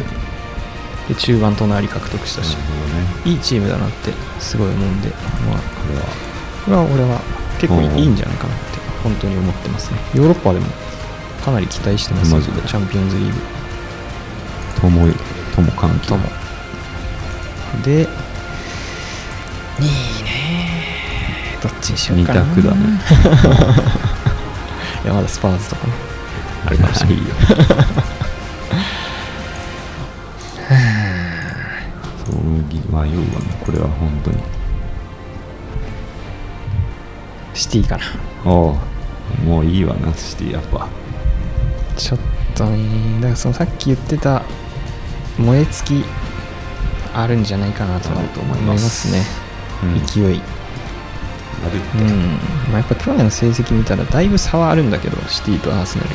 S3: で中盤隣獲得した
S4: なる
S3: し、
S4: ほどね
S3: いいチームだなってすごい思うんで、まあ、
S4: これは
S3: これは俺は結構
S4: うん
S3: いいんじゃないかなって本当に思ってますねヨーロッパでもかなり期待してます
S4: マジで
S3: チャンピオンズリーグ
S4: ともとも関係
S3: ともで2位ねどっちにしよう
S4: 二
S3: かな
S4: 択だね
S3: いやまだスパーズとかね
S4: あれかもしれないよそう迷うわねこれは本当に
S3: シティかな
S4: おうもういいわなシティやっぱ
S3: ちょっとねだからそのさっき言ってた燃え尽きあるんじゃないかなと
S4: あると思います
S3: 思い
S4: うん
S3: ますね、勢い
S4: あ
S3: う
S4: る
S3: ん、まあ、やっぱ去年の成績見たらだいぶ差はあるんだけどシティとアーセナル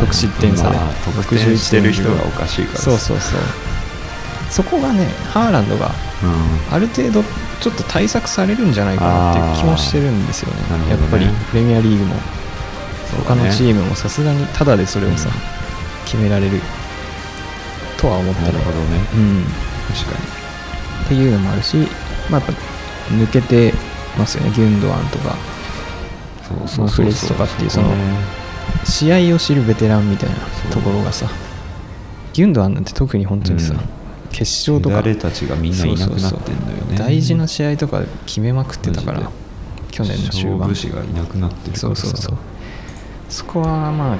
S3: 得失点差で、
S4: まあ得点してる人がおかしいから
S3: そうそうそうそこがねハーランドが
S4: うん
S3: ある程度ちょっと対策されるんじゃないかなっていう気もしてるんですよね
S4: あーなるほ
S3: や
S4: どね
S3: っぱりプレミアリーグも
S4: そう
S3: 他
S4: だね
S3: のチームもさすがにただでそれをさ、
S4: うん
S3: 決められるとは思った
S4: なる
S3: の
S4: ほどね
S3: うん、
S4: 確か
S3: っていうのもあるし、まあ、やっぱ抜けてますよねギュンドアンとか
S4: にそ
S3: ま
S4: う
S3: あフレッツとかっていうその
S4: こね
S3: 試合を知るベテランみたいな
S4: そう
S3: ところがさギュンドアンなんて特に本当にさ、
S4: うん
S3: 決勝とか
S4: 誰たちがみんないなくなってんのよね
S3: そうそうそう大事な試合とか決めまくってたか
S4: マ
S3: ら
S4: ジで
S3: 去年の終
S4: 勝
S3: 盤
S4: 負師がいなくなってるか
S3: そう
S4: ら
S3: そうそ
S4: さ
S3: うそこはまあ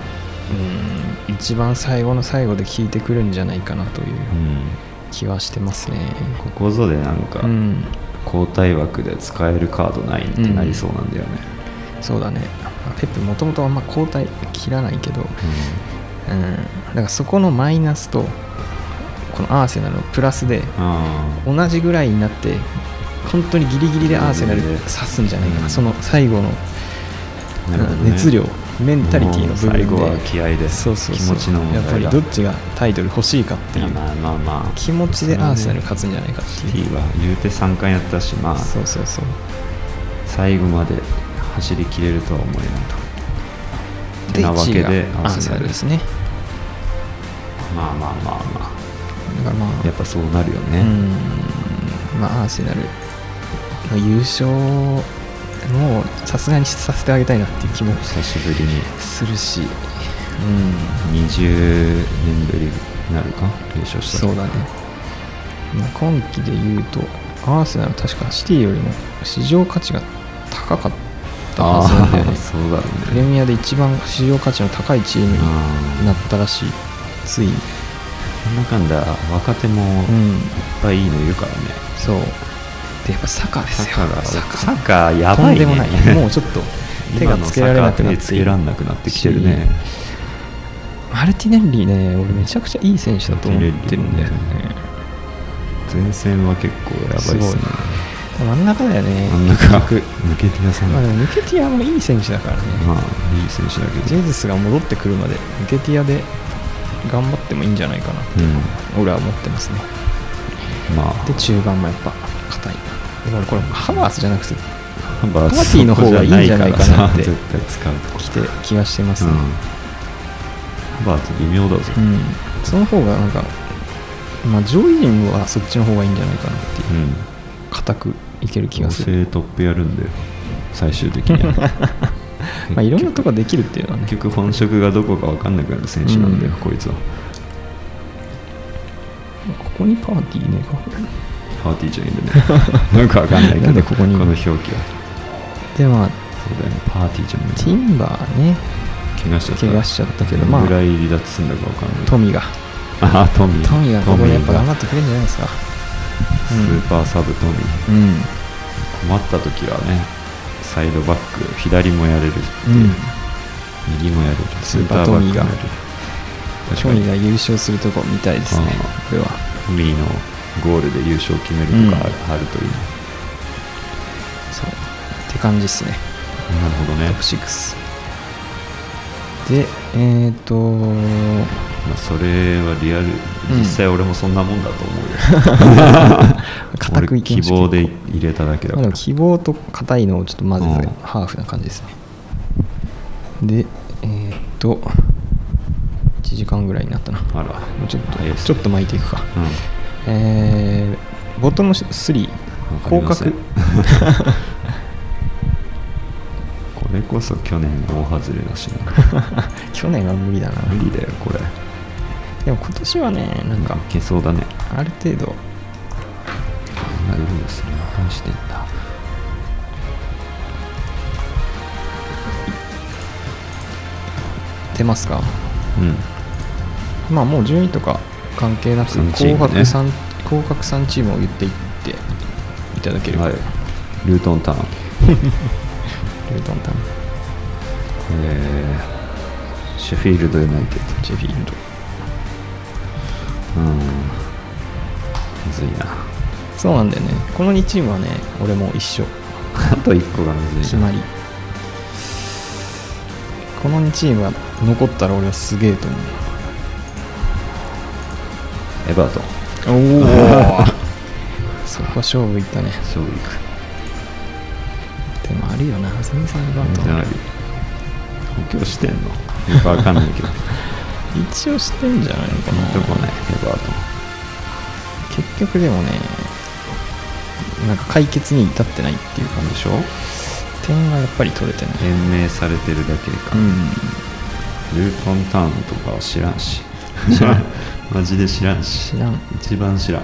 S3: うん一番最後の最後で効いてくるんじゃないかなという
S4: うん
S3: 気はしてますね、
S4: ここぞでなんか
S3: うん
S4: 交代枠で使えるカードないってなりそうなんだよね
S3: そうだねペップもともとあんま交代切らないけど、うん、だからそこのマイナスとこのアーセナルのプラスで
S4: うんああ
S3: 同じぐらいになって本当にギリギリでアーセナル
S4: ギリギリ
S3: 刺
S4: です
S3: んじゃないかな、
S4: うん
S3: その最後の、
S4: なるほどね
S3: うん熱量メンタリティの部分で
S4: もう最後は気合いで
S3: そうそうそう
S4: 気持ちの問
S3: や
S4: 題
S3: っ
S4: だ
S3: ぱりどっちがタイトル欲しいかってい
S4: いうやまあまあまあ
S3: 気持ちでアーセナル勝つんじゃないかって
S4: シ
S3: いう
S4: ティは言うて3回やったしまあ
S3: そうそうそう
S4: 最後まで走り切れるとは思えないとてなわけで
S3: 1位がアーセナルですね
S4: まあまあまあま
S3: だからまあ
S4: あやっぱそうなるよ
S3: う
S4: ね
S3: んまあアーセナルの優勝もうさすがにさせてあげたいなっていう気も
S4: 久しぶりに
S3: するし、うん、
S4: 20年ぶりになるか優勝した
S3: そうだね、まあ、今季で言うとアーセナル確かシティよりも市場価値が高かった
S4: あ
S3: はずなんだよ
S4: あ
S3: ね
S4: そうだろう
S3: プレ
S4: ね
S3: ミアで一番市場価値の高いチームになったらしいついに
S4: なんだかんだ若手もいっ
S3: うん
S4: ぱいいいのいるからね
S3: そうでやっぱサカです
S4: サ
S3: よ
S4: カが
S3: サ
S4: サ
S3: カ
S4: カや
S3: と
S4: ば
S3: ん
S4: い
S3: で
S4: ね
S3: もないもうちょっ と手がつけられなくなっ
S4: 今のサカ
S3: て
S4: 手つけらんなくなってきてるね
S3: マルティネッリね俺めちゃくちゃいい選手だと思ってるんだよね
S4: マルティネ前線は結構やばいっすね
S3: すごい真ん中だよね
S4: 真ん中抜けてやさ
S3: まあ
S4: な
S3: で
S4: い
S3: も抜けティアもいい選手だからね、
S4: まあいい選手だけ
S3: ジ
S4: ど
S3: ェズスが戻ってくるまで抜けティアで頑張ってもいいんじゃないかな
S4: うん
S3: 俺は思ってますね
S4: まあ
S3: で中盤もやっぱ硬いでも俺これハバースじゃなくて
S4: ハバーツ
S3: パーティーの方がいいんじゃないかなって
S4: そこじゃないからさ絶対使うと
S3: 来て気がしてます
S4: うん
S3: ね
S4: ハバーツ微妙だぞ
S3: うん、その方がなんかまあ上位陣はそっちの方がいいんじゃないかなっていう
S4: うん
S3: 硬くいける気
S4: 女
S3: がする
S4: 性トップやるんだよ最終的には
S3: まあいろんなとこできるっていうのはね
S4: 結局本職がどこか分かんなくなる選手なんだよ、
S3: うん
S4: こいつは
S3: ここにパーティーね
S4: パーティーじゃないんだねよく 分かんないけど
S3: なんでここに
S4: の表記は
S3: でまあ
S4: そうだよねパーティーじゃない
S3: ティンバーね
S4: 怪我しちゃった
S3: 怪我しちゃったけど
S4: ど
S3: ま
S4: のぐら
S3: あ
S4: い離脱するんだか分かんない
S3: トミが
S4: ああトミー
S3: トミがここ
S4: トミ
S3: で
S4: ー
S3: やっぱ頑張ってくれるんじゃないですか
S4: スーパーサブトミー
S3: うん
S4: 困った時はねサイドバック左もやれるし
S3: うん
S4: 右もやれる
S3: スーパートミーが
S4: センタ
S3: トミが優勝するとこ見たいですね
S4: あ
S3: これは
S4: トミーのゴールで優勝を決めるとかある,、といいね
S3: そうって感じっすね
S4: なるほどね
S3: トッ、プ6でえっ、ー、と
S4: まあ、それはリアル
S3: うん
S4: 実際俺もそんなもんだと思うよ、
S3: 固く
S4: 俺
S3: いき
S4: 希
S3: ました
S4: 望で入れただけだ
S3: まあ
S4: から
S3: でも希望と硬いのをちょっと混ぜ
S4: うん
S3: たハーフな感じですね。で、えーっと、1時間ぐらいになったな。も
S4: あら
S3: うちょっと、
S4: 早いっす
S3: ちょっと巻いていくか。
S4: うん
S3: えー、ボトム3、
S4: わかり
S3: 広
S4: ません
S3: 角。
S4: これこそ去年大外れだしな
S3: 去年は無理だな。
S4: 無理だよこれ
S3: でも今年はね、なん
S4: なんか
S3: か
S4: い、けそうだね
S3: ある程度、
S4: なるほどですね何してんだ
S3: 出ますか。
S4: うん
S3: まあもう順位とか関係なく、
S4: 三チーム
S3: 広
S4: ね
S3: 角3、広角3チームを言っていっていただければ。
S4: はい
S3: ル、
S4: ルートンタウン、
S3: ートンタウン、
S4: えーシェフィールドユナイテッ
S3: ジェフィールド。
S4: ド、うん、むずいな、
S3: そうなんだよね。この2チームはね、俺も一緒。
S4: あと1個がむず
S3: 決
S4: いな、
S3: まりこの2チームが残ったら俺はすげえと思
S4: エバートン、
S3: うおお そこは勝負いったね
S4: 勝負いく、
S3: でもあるよな全然エバート
S4: 全然あ
S3: ン
S4: り、補強してんのよくわかんないけど、
S3: 一応してんじゃないのか
S4: ピンと
S3: な
S4: こない、エバートン、
S3: 結局でもねなんか解決に至ってないっていうか
S4: なんでしょう、
S3: 点がやっぱり取れてない
S4: 延命されてるだけか、
S3: うん
S4: ルートンタウンとかは知ら んし、知らん、マジで知らんし、
S3: 知らん
S4: 一番知らん、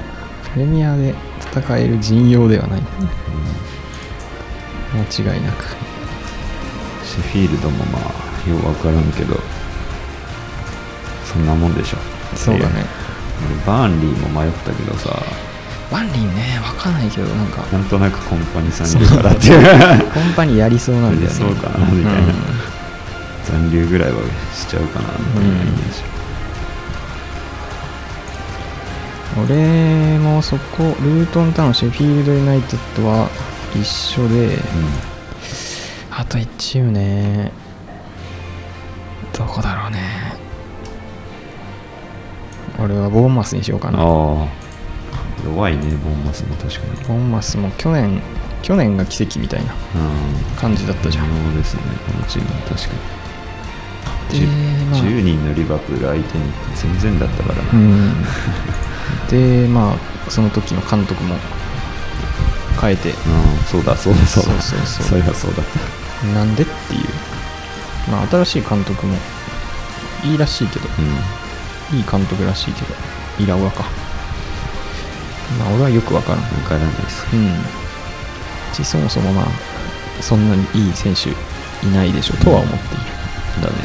S3: プレミアで戦える陣容ではない、間違いなく
S4: シェフィールドもまあ、ようわからんけど、そんなもんでしょ。
S3: そうだね、
S4: 俺バーンリーも迷ったけどさ
S3: バンリーね分かんないけどなんか
S4: なんとなくコンパニさんいるからっていう
S3: コンパニーやりそうなんだよね
S4: そうかなみたいな、
S3: うん
S4: 残留ぐらいはしちゃうかなみたいなイメージ、
S3: 俺もそこルートンタウンシェフィールドユナイテッドは一緒であと1チームねどこだろうね俺はボーンマスにしようかなボ
S4: ああ弱いねボンマスも確かに
S3: ーンマスも去年去年が奇跡みたいな
S4: うん
S3: 感じだったじゃん
S4: そうですねこのチームは確かに
S3: で
S4: 10,、
S3: まあ
S4: 10人のリバプール相手に全然だったからな、
S3: うんでまあその時の監督も変えて
S4: うんそうだそうだそうだ
S3: そうそうそう
S4: そりゃそうだった
S3: なんでっていう、まあ、新しい監督もいいらしいけど
S4: うん
S3: いい監督らしいけどイラオラかまあ俺はよくわからん
S4: 分からないです
S3: うんしそもそもまあそんなにいい選手いないでしょとは思っている
S4: だね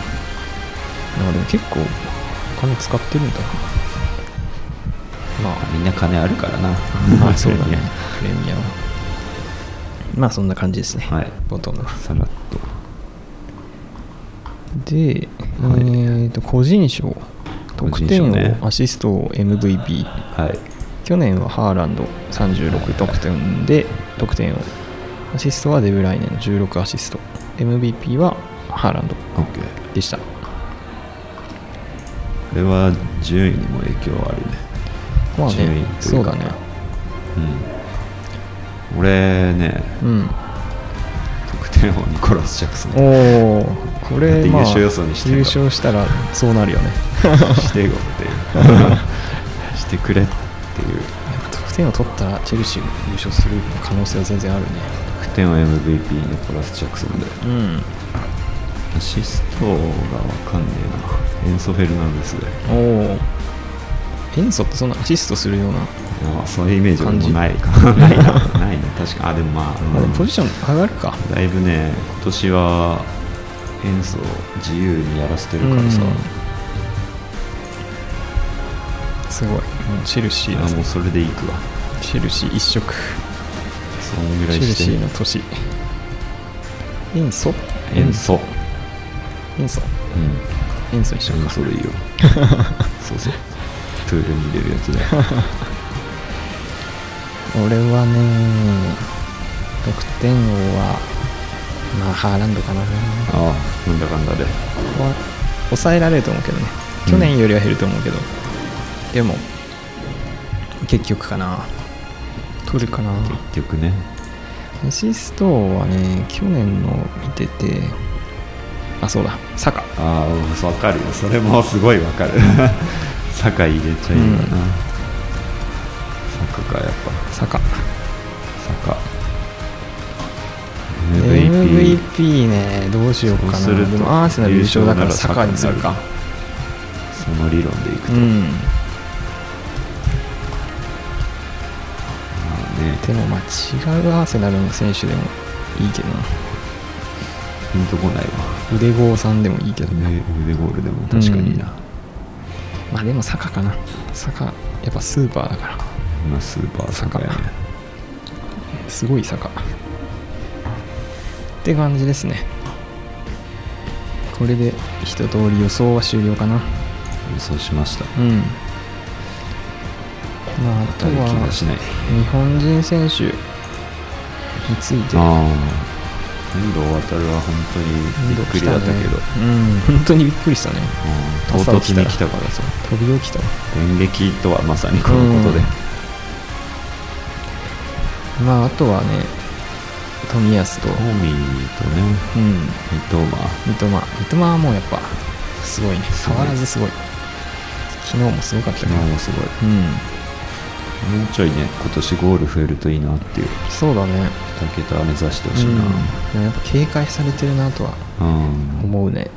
S3: まあでも結構お金使ってるんだなまあ
S4: みんな金あるからな
S3: まあそうだね
S4: いや
S3: プレミアはまあそんな感じですね
S4: はい
S3: ボトムは
S4: さらっと
S3: で、
S4: はい
S3: えー、と個人賞
S4: 個
S3: 得
S4: 人賞
S3: 点王、
S4: ね
S3: アシスト王 MVP
S4: はい
S3: 去年はハーランド36得点で得点王アシストはデブライネの16アシスト MVP はハーランド
S4: OK
S3: でした
S4: これは順位にも影響あるね
S3: まあ
S4: 順位
S3: ね
S4: とい
S3: そうう
S4: か
S3: だね
S4: うん俺ね
S3: うん
S4: 得点王ニコラス・ジャクソン
S3: おおこ
S4: だっ
S3: れ
S4: て優
S3: まあ
S4: 勝予想にしてんだ
S3: 優勝したらそうなるよね
S4: してよっていうしてくれっていう
S3: 得点を取ったらチェルシー優勝する可能性は全然あるね
S4: 得点王 MVP ニコラス・ジャクソンで
S3: うん
S4: アシストがわかんねえなエンソ・フェルナンデスで
S3: おお塩素ってそんなアシストするような、
S4: まあそういうイメージは
S3: 感
S4: も
S3: じ
S4: うないかないな ないね確かあでもまあ、
S3: あで
S4: うん
S3: もポジション上がるか
S4: だいぶね今年は演奏を自由にやらせてるからさ、
S3: うんすごいもうチェルシー
S4: あ
S3: だ
S4: もうそれでいくわ
S3: チェルシー一色
S4: そんぐら
S3: チェ
S4: い
S3: ル
S4: し
S3: シーの
S4: て
S3: 年塩素
S4: 演奏
S3: 塩素
S4: う
S3: 塩素一緒
S4: ん演
S3: か
S4: 奏でいいよ そうそうプールに入れるやつだよ
S3: 俺はね得点王はまあハーランドかな
S4: ああなんだかんだで
S3: は抑えられると思うけどね去年よりは減ると思うけど、でも結局かな取るかな
S4: 結局ね
S3: アシストはね去年の見ててあそうだサカ
S4: ああ分かるよそれもすごい分 かる坂入れちゃいいんだな、
S3: う
S4: 坂かやっ
S3: サカ
S4: ぱ坂 MVP
S3: MVP ねどうしようかな
S4: そうすると
S3: でもアーセナル優勝だから
S4: 優勝
S3: サ
S4: な
S3: カ
S4: ら
S3: にするか
S4: サその理論でいくと、
S3: う
S4: ま
S3: ん
S4: あね
S3: でもまあ違うアーセナルの選手でもいいけどな
S4: ピンとこないわ
S3: 腕剛さんでもいいけどね
S4: ね腕ゴールでも確かにな、
S3: まあでもサカかなサカやっぱスーパーだから
S4: 今スーパー坂やね
S3: 坂すごい坂って感じですねこれで一通り予想は終了かな
S4: 予想しました
S3: うんまああと
S4: 当たる気
S3: は
S4: がしない
S3: 日本人選手について
S4: ああ遠藤航は本当にびっくりだったけ
S3: ね
S4: ど、
S3: うん本当にびっくりしたね
S4: うん唐突に来
S3: 朝起きた
S4: た
S3: ら
S4: からさ
S3: 飛び起きたわ
S4: 電撃とはまさにこのことで、
S3: うんまああとはね冨安と
S4: トミーとね
S3: うん
S4: 伊藤は
S3: 三笘三笘はもうやっぱすごいね
S4: す
S3: 変
S4: ごい
S3: わらずすごい昨日もすごかったけ
S4: 昨
S3: ど
S4: 日もすごい
S3: うん
S4: もうちょいね今年ゴール増えるといいなっていう
S3: そうだね
S4: 2桁は目指してほ
S3: う
S4: しい
S3: んでもやっぱ警戒されてるなとは
S4: なうん、
S3: 思うね、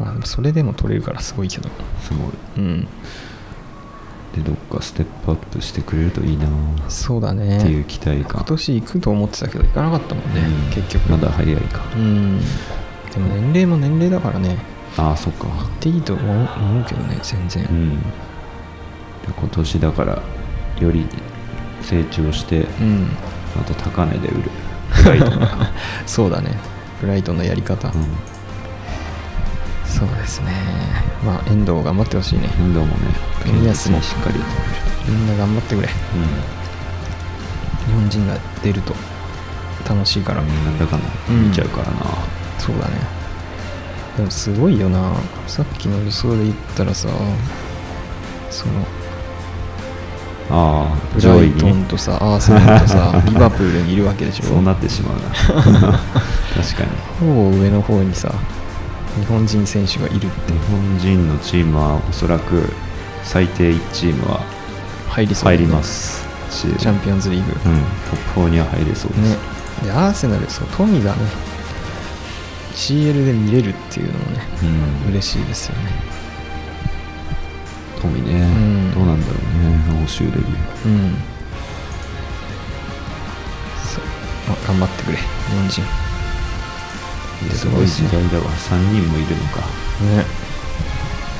S3: まあ、でもそれでも取れるからすごいけど
S4: すご
S3: う
S4: い
S3: ん
S4: でどっかステップアップしてくれるといいなっ
S3: そうだね
S4: ていう期待
S3: 今
S4: 感、
S3: 年行くと思ってたけど行かなかったもんね、
S4: うん
S3: 結局
S4: まだ早いか
S3: うんでも年齢も年齢だからね
S4: ああそっか
S3: 行っていいと思う思うけどね全然、
S4: うん今年だからより成長して
S3: うん、
S4: また高値で売るぐらいと か、
S3: そうだねブライトンのやり方、
S4: うん、
S3: そうですねまあ遠藤頑張ってほしいね
S4: 運動もね
S3: 冨安も
S4: しっかりやってくれる
S3: みんな頑張ってくれ日本人が出ると楽しいから、
S4: うん、なんだかんだ
S3: うん
S4: 見ちゃうからな、
S3: そうだねでもすごいよなさっきの予想で言ったらさその
S4: ああ
S3: ブ
S4: 上
S3: ラ
S4: 位
S3: イトン
S4: に
S3: とさアーセナルと さリバプールにいるわけでしょ
S4: そうなってしまう な確かに
S3: ほぼ上の方にさ日本人選手がいるって
S4: 日本人のチームはおそらく最低1チームは
S3: 入りそうだ
S4: 入
S3: よね
S4: りますし、うん、
S3: チ
S4: ト
S3: ャ
S4: ッ
S3: ンピオンズリーグ
S4: プ4には入れそうです、
S3: ねでアーセナルそうトミがね CL で見れるっていうのもね
S4: うん、
S3: 嬉しいですよね
S4: 富ね、
S3: うん
S4: どうなんだろうね欧州デビュー
S3: うんそう、まあ、頑張ってくれ日本人
S4: いやすごい時代だわ3人もいるのか
S3: ね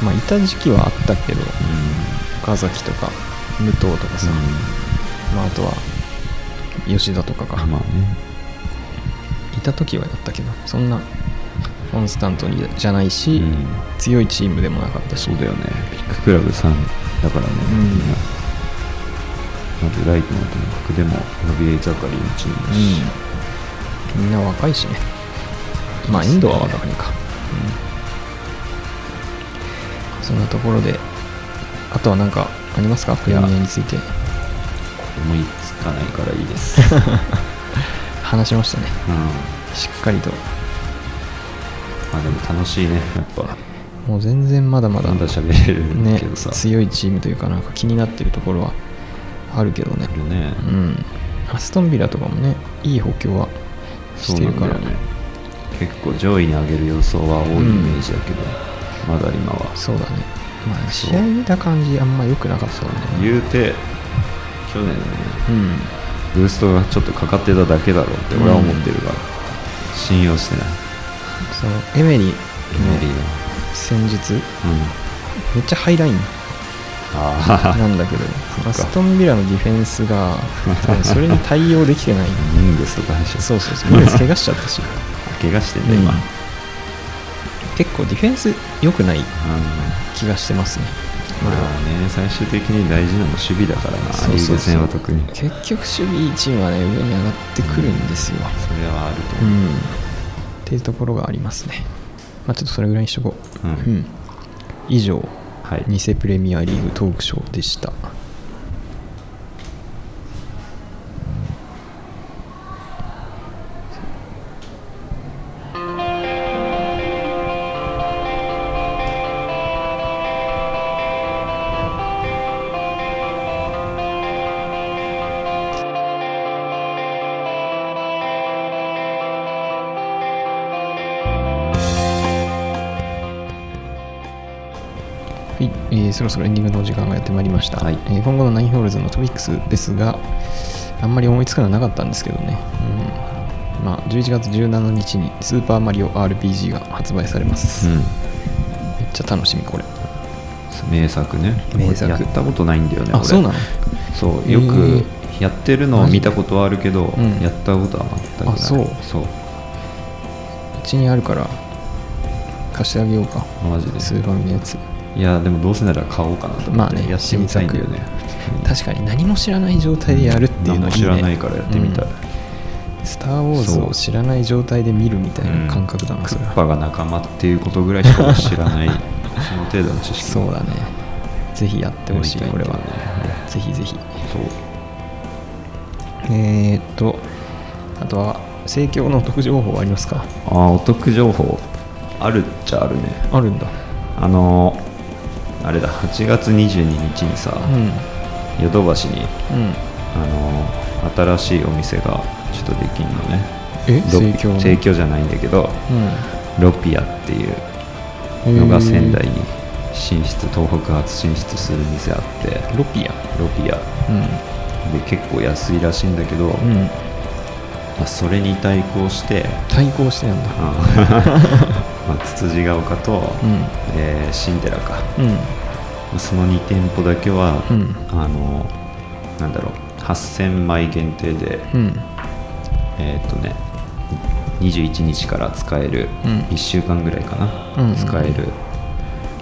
S3: まあいた時期はあったけど
S4: うん、
S3: 岡崎とか武藤とかさ、まあ、あとは吉田とか
S4: あ
S3: か、
S4: まあね
S3: いた時はやったけどそんなコンスタントにじゃないし、
S4: うん
S3: 強いチームでもなかったし
S4: そうだよねビッグクラブ3だからね、
S3: うん
S4: みんなまずライトの天国でもロビエ・ザカリーのチームだし、
S3: うん、みんな若いしねまあインドは若くねえか、うん、そんなところであとは何かありますかプレミアについて
S4: 思いつかないからいいです、 うん、
S3: 話しましたね
S4: ま
S3: しっかりと
S4: あでも楽しいねやっぱ
S3: もう全然まだまだ
S4: まだ喋れる
S3: ね
S4: けどさ、
S3: 強いチームというかなんか気になってるところはあるけどね
S4: いるね
S3: うんアストンビラとかもねいい補強はしてるから
S4: そうなんだよね結構上位に上げる予想は多いイメージだけど、まだ今は
S3: そうだね、まあ、
S4: そう
S3: 試合見た感じあんま良くなかったよね
S4: 言うて去年ね
S3: うん
S4: ブーストがちょっとかかってただけだろうって俺は思ってるから、信用してない
S3: そのエメリの
S4: エメリーが、
S3: 戦術
S4: うん、
S3: めっちゃハイライン
S4: ああ
S3: なんだけど
S4: か
S3: アストンビラのディフェンス が多分それに対応できてない
S4: ミングスとかでしょ
S3: そうそう そうミレス怪我しちゃったし
S4: 怪我してんだ、今、
S3: うん結構ディフェンス良くない
S4: うん
S3: 気がしてますね
S4: まあね最終的に大事なのは守備だからな
S3: そう
S4: リー
S3: そう
S4: グ
S3: そう
S4: 戦は特に
S3: 結局守備チームはね上に上がってくるんですよ
S4: それはあると
S3: う
S4: 思う、
S3: んっていうところがありますねまあちょっとそれぐらいにしとこう
S4: うん
S3: うん以上
S4: はい
S3: 偽プレミアリーグトークショーでしたはい、えーそろそろエンディングのお時間がやってまいりました、
S4: はい
S3: えー今後のナインホールズのトピックスですがあんまり思いつくのはなかったんですけどね、うんまあ、11月17日に「スーパーマリオ RPG」が発売されます、
S4: うん
S3: めっちゃ楽しみこれ
S4: 名作ね
S3: 名作
S4: やったことないんだよね
S3: あ
S4: 俺
S3: そうなの
S4: そうよ
S3: へ
S4: くやってるのを見たことはあるけど、
S3: うん
S4: やったことは全くない
S3: あそう
S4: そう
S3: うちにあるから貸してあげようか
S4: マジで
S3: スーパーミのやつ
S4: いやでもどうせなら買おうかなと思
S3: まあ
S4: って、
S3: ね
S4: やってみたいんだよね
S3: 確かに何も知らない状態でやるっていうのいい、ね、
S4: 何も知らないからやってみたい、
S3: うんスター・ウォーズを知らない状態で見るみたいな感覚だ
S4: うん
S3: な
S4: ク
S3: それ
S4: ッ
S3: は
S4: パが仲間っていうことぐらいしか知らない その程度の知識
S3: そうだねぜひやってほしい
S4: やり
S3: これ
S4: たいんだよ
S3: は
S4: ね
S3: ぜひぜひ
S4: そう
S3: えーっとあとは盛況の特情報はありますか
S4: あーお得情報あるっちゃあるね
S3: あるんだ
S4: あのーあれだ8月22日にさ、
S3: うん
S4: ヨドバシに
S3: うん
S4: あのー新しいお店がちょっとできんのね
S3: え
S4: ロ
S3: 盛況の
S4: 盛況じゃないんだけどロピアっていう
S3: うん
S4: のが仙
S3: へ
S4: 台に進出東北初進出する店あって
S3: ーロピア
S4: ロピア
S3: う
S4: で結構安いらしいんだけど、
S3: んうん
S4: まあ、それに対抗して
S3: 対抗してなんだ
S4: あ ーまあ、つつじが丘と、
S3: うん
S4: えーシンデレラか
S3: うん
S4: その2店舗だけは、
S3: うん
S4: あのなんだろう8000枚限定で、
S3: うん
S4: えーっとね21日から使える、
S3: うん
S4: 1週間ぐらいかな、
S3: うんうん
S4: 使える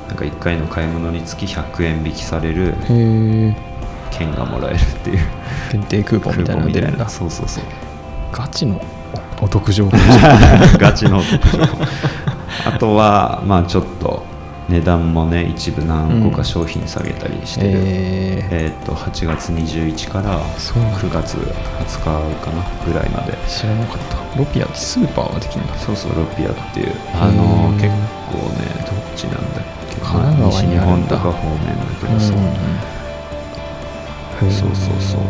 S4: なんか1回の買い物につき100円引きされ
S3: へ
S4: る
S3: え
S4: 券がもらえるっていう
S3: 限定クーポンみたいなのが出るんだ
S4: そ うそうそう
S3: ガチのお得情報
S4: ガチのお得情報あとはまあちょっと値段もね一部何個か商品下げたりしてる、
S3: えー
S4: えーっと8月21から
S3: そうなんだ
S4: 9月20日かなぐらいまで
S3: 知らなかったロピアってスーパーはできるんだ
S4: そうそうロピアっていうあの
S3: へー
S4: 結構ねどっちなんだっけ
S3: 神奈川にあるんだ
S4: 西日本とか方面だけどそう、そうそうそう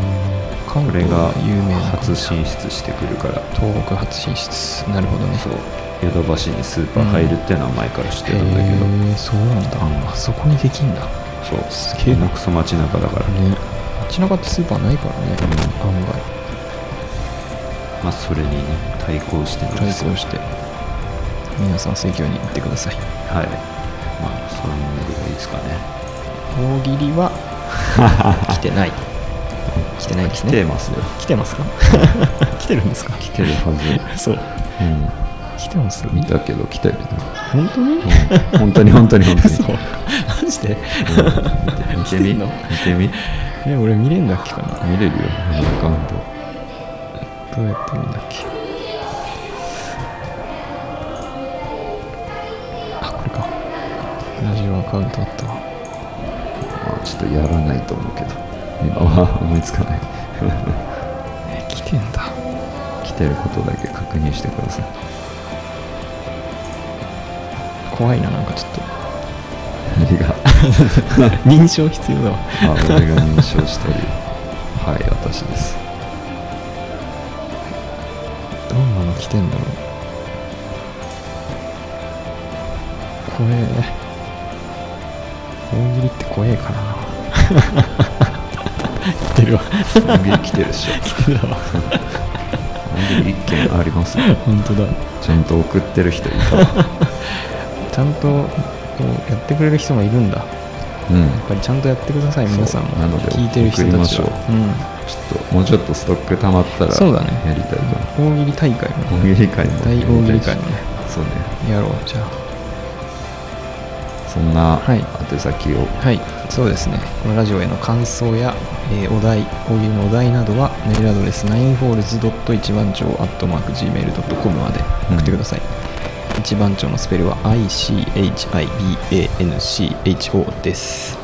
S3: 関
S4: これ
S3: 東
S4: が
S3: が有名な
S4: 初進出してくるから
S3: 東北初進出なるほどね
S4: そうヨドバシにスーパー入るっていうのは前から知ってるんだけど、
S3: へえそうなんだ、
S4: うん
S3: あそこにできんだね
S4: そう
S3: す
S4: す
S3: げえな
S4: クソ街中だから、
S3: 街中ってスーパーないからね、案外
S4: まあ、それにね対抗してるん
S3: 対
S4: ですよ
S3: 抗して皆さん盛況に行ってください
S4: はいまあそんなぐらいですかね
S3: 大喜利 は来てない来てないですね
S4: 来てます よ
S3: 来てますか 来てるんですか
S4: 来てる は
S3: そう
S4: ず、うん
S3: 来てます
S4: 見たけど来たよね
S3: 本当に
S4: 本当に本当に 本当に
S3: そうマジで
S4: 見
S3: 来てん
S4: てみ見
S3: の
S4: てみ
S3: え俺見れんだっけかな
S4: 見れるよアカウント
S3: どうやって見るんだっけあこれかラジオアカウントあったわ
S4: まあちょっとやらないと思うけど今は思いつかない
S3: え来てんだ
S4: 来てることだけ確認してください
S3: 怖いななんかちょっと
S4: 何が
S3: 認証必要だわ
S4: あ俺が認証してるはい私です
S3: どんなの来てんだろう怖え大喜利って怖えからな 来てるわ
S4: 大喜利来てるっしょ
S3: 来てたわ
S4: 大喜利一件ありますね
S3: 本当だ
S4: ちゃんと送ってる人いたわ
S3: ちゃんとこうやってくれる人がいるんだや
S4: うん
S3: っぱりちゃんとやってください皆さんも
S4: なので
S3: 聞いてる人たち
S4: 送りまし
S3: は
S4: ちょっともうちょっとストック溜まったら
S3: そうだね
S4: やりたいな
S3: うん大喜利大会も
S4: 大喜利会も
S3: 大大喜利会もね
S4: そうね
S3: やろうじゃ
S4: そんな
S3: はい
S4: 宛先を
S3: あはいそうですねこのラジオへの感想や、えーお題大喜利のお題などはメールアドレス 9holes.1 番町 .gmail.com まで送ってください、一番町のスペルは ICHIBANCHO です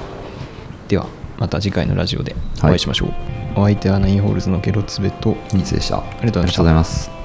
S3: ではまた次回のラジオでお会いしましょう、お相手はナインホールズのゲロツベと
S4: ニーツでしたあ
S3: りがとうございました
S4: ありがとうございます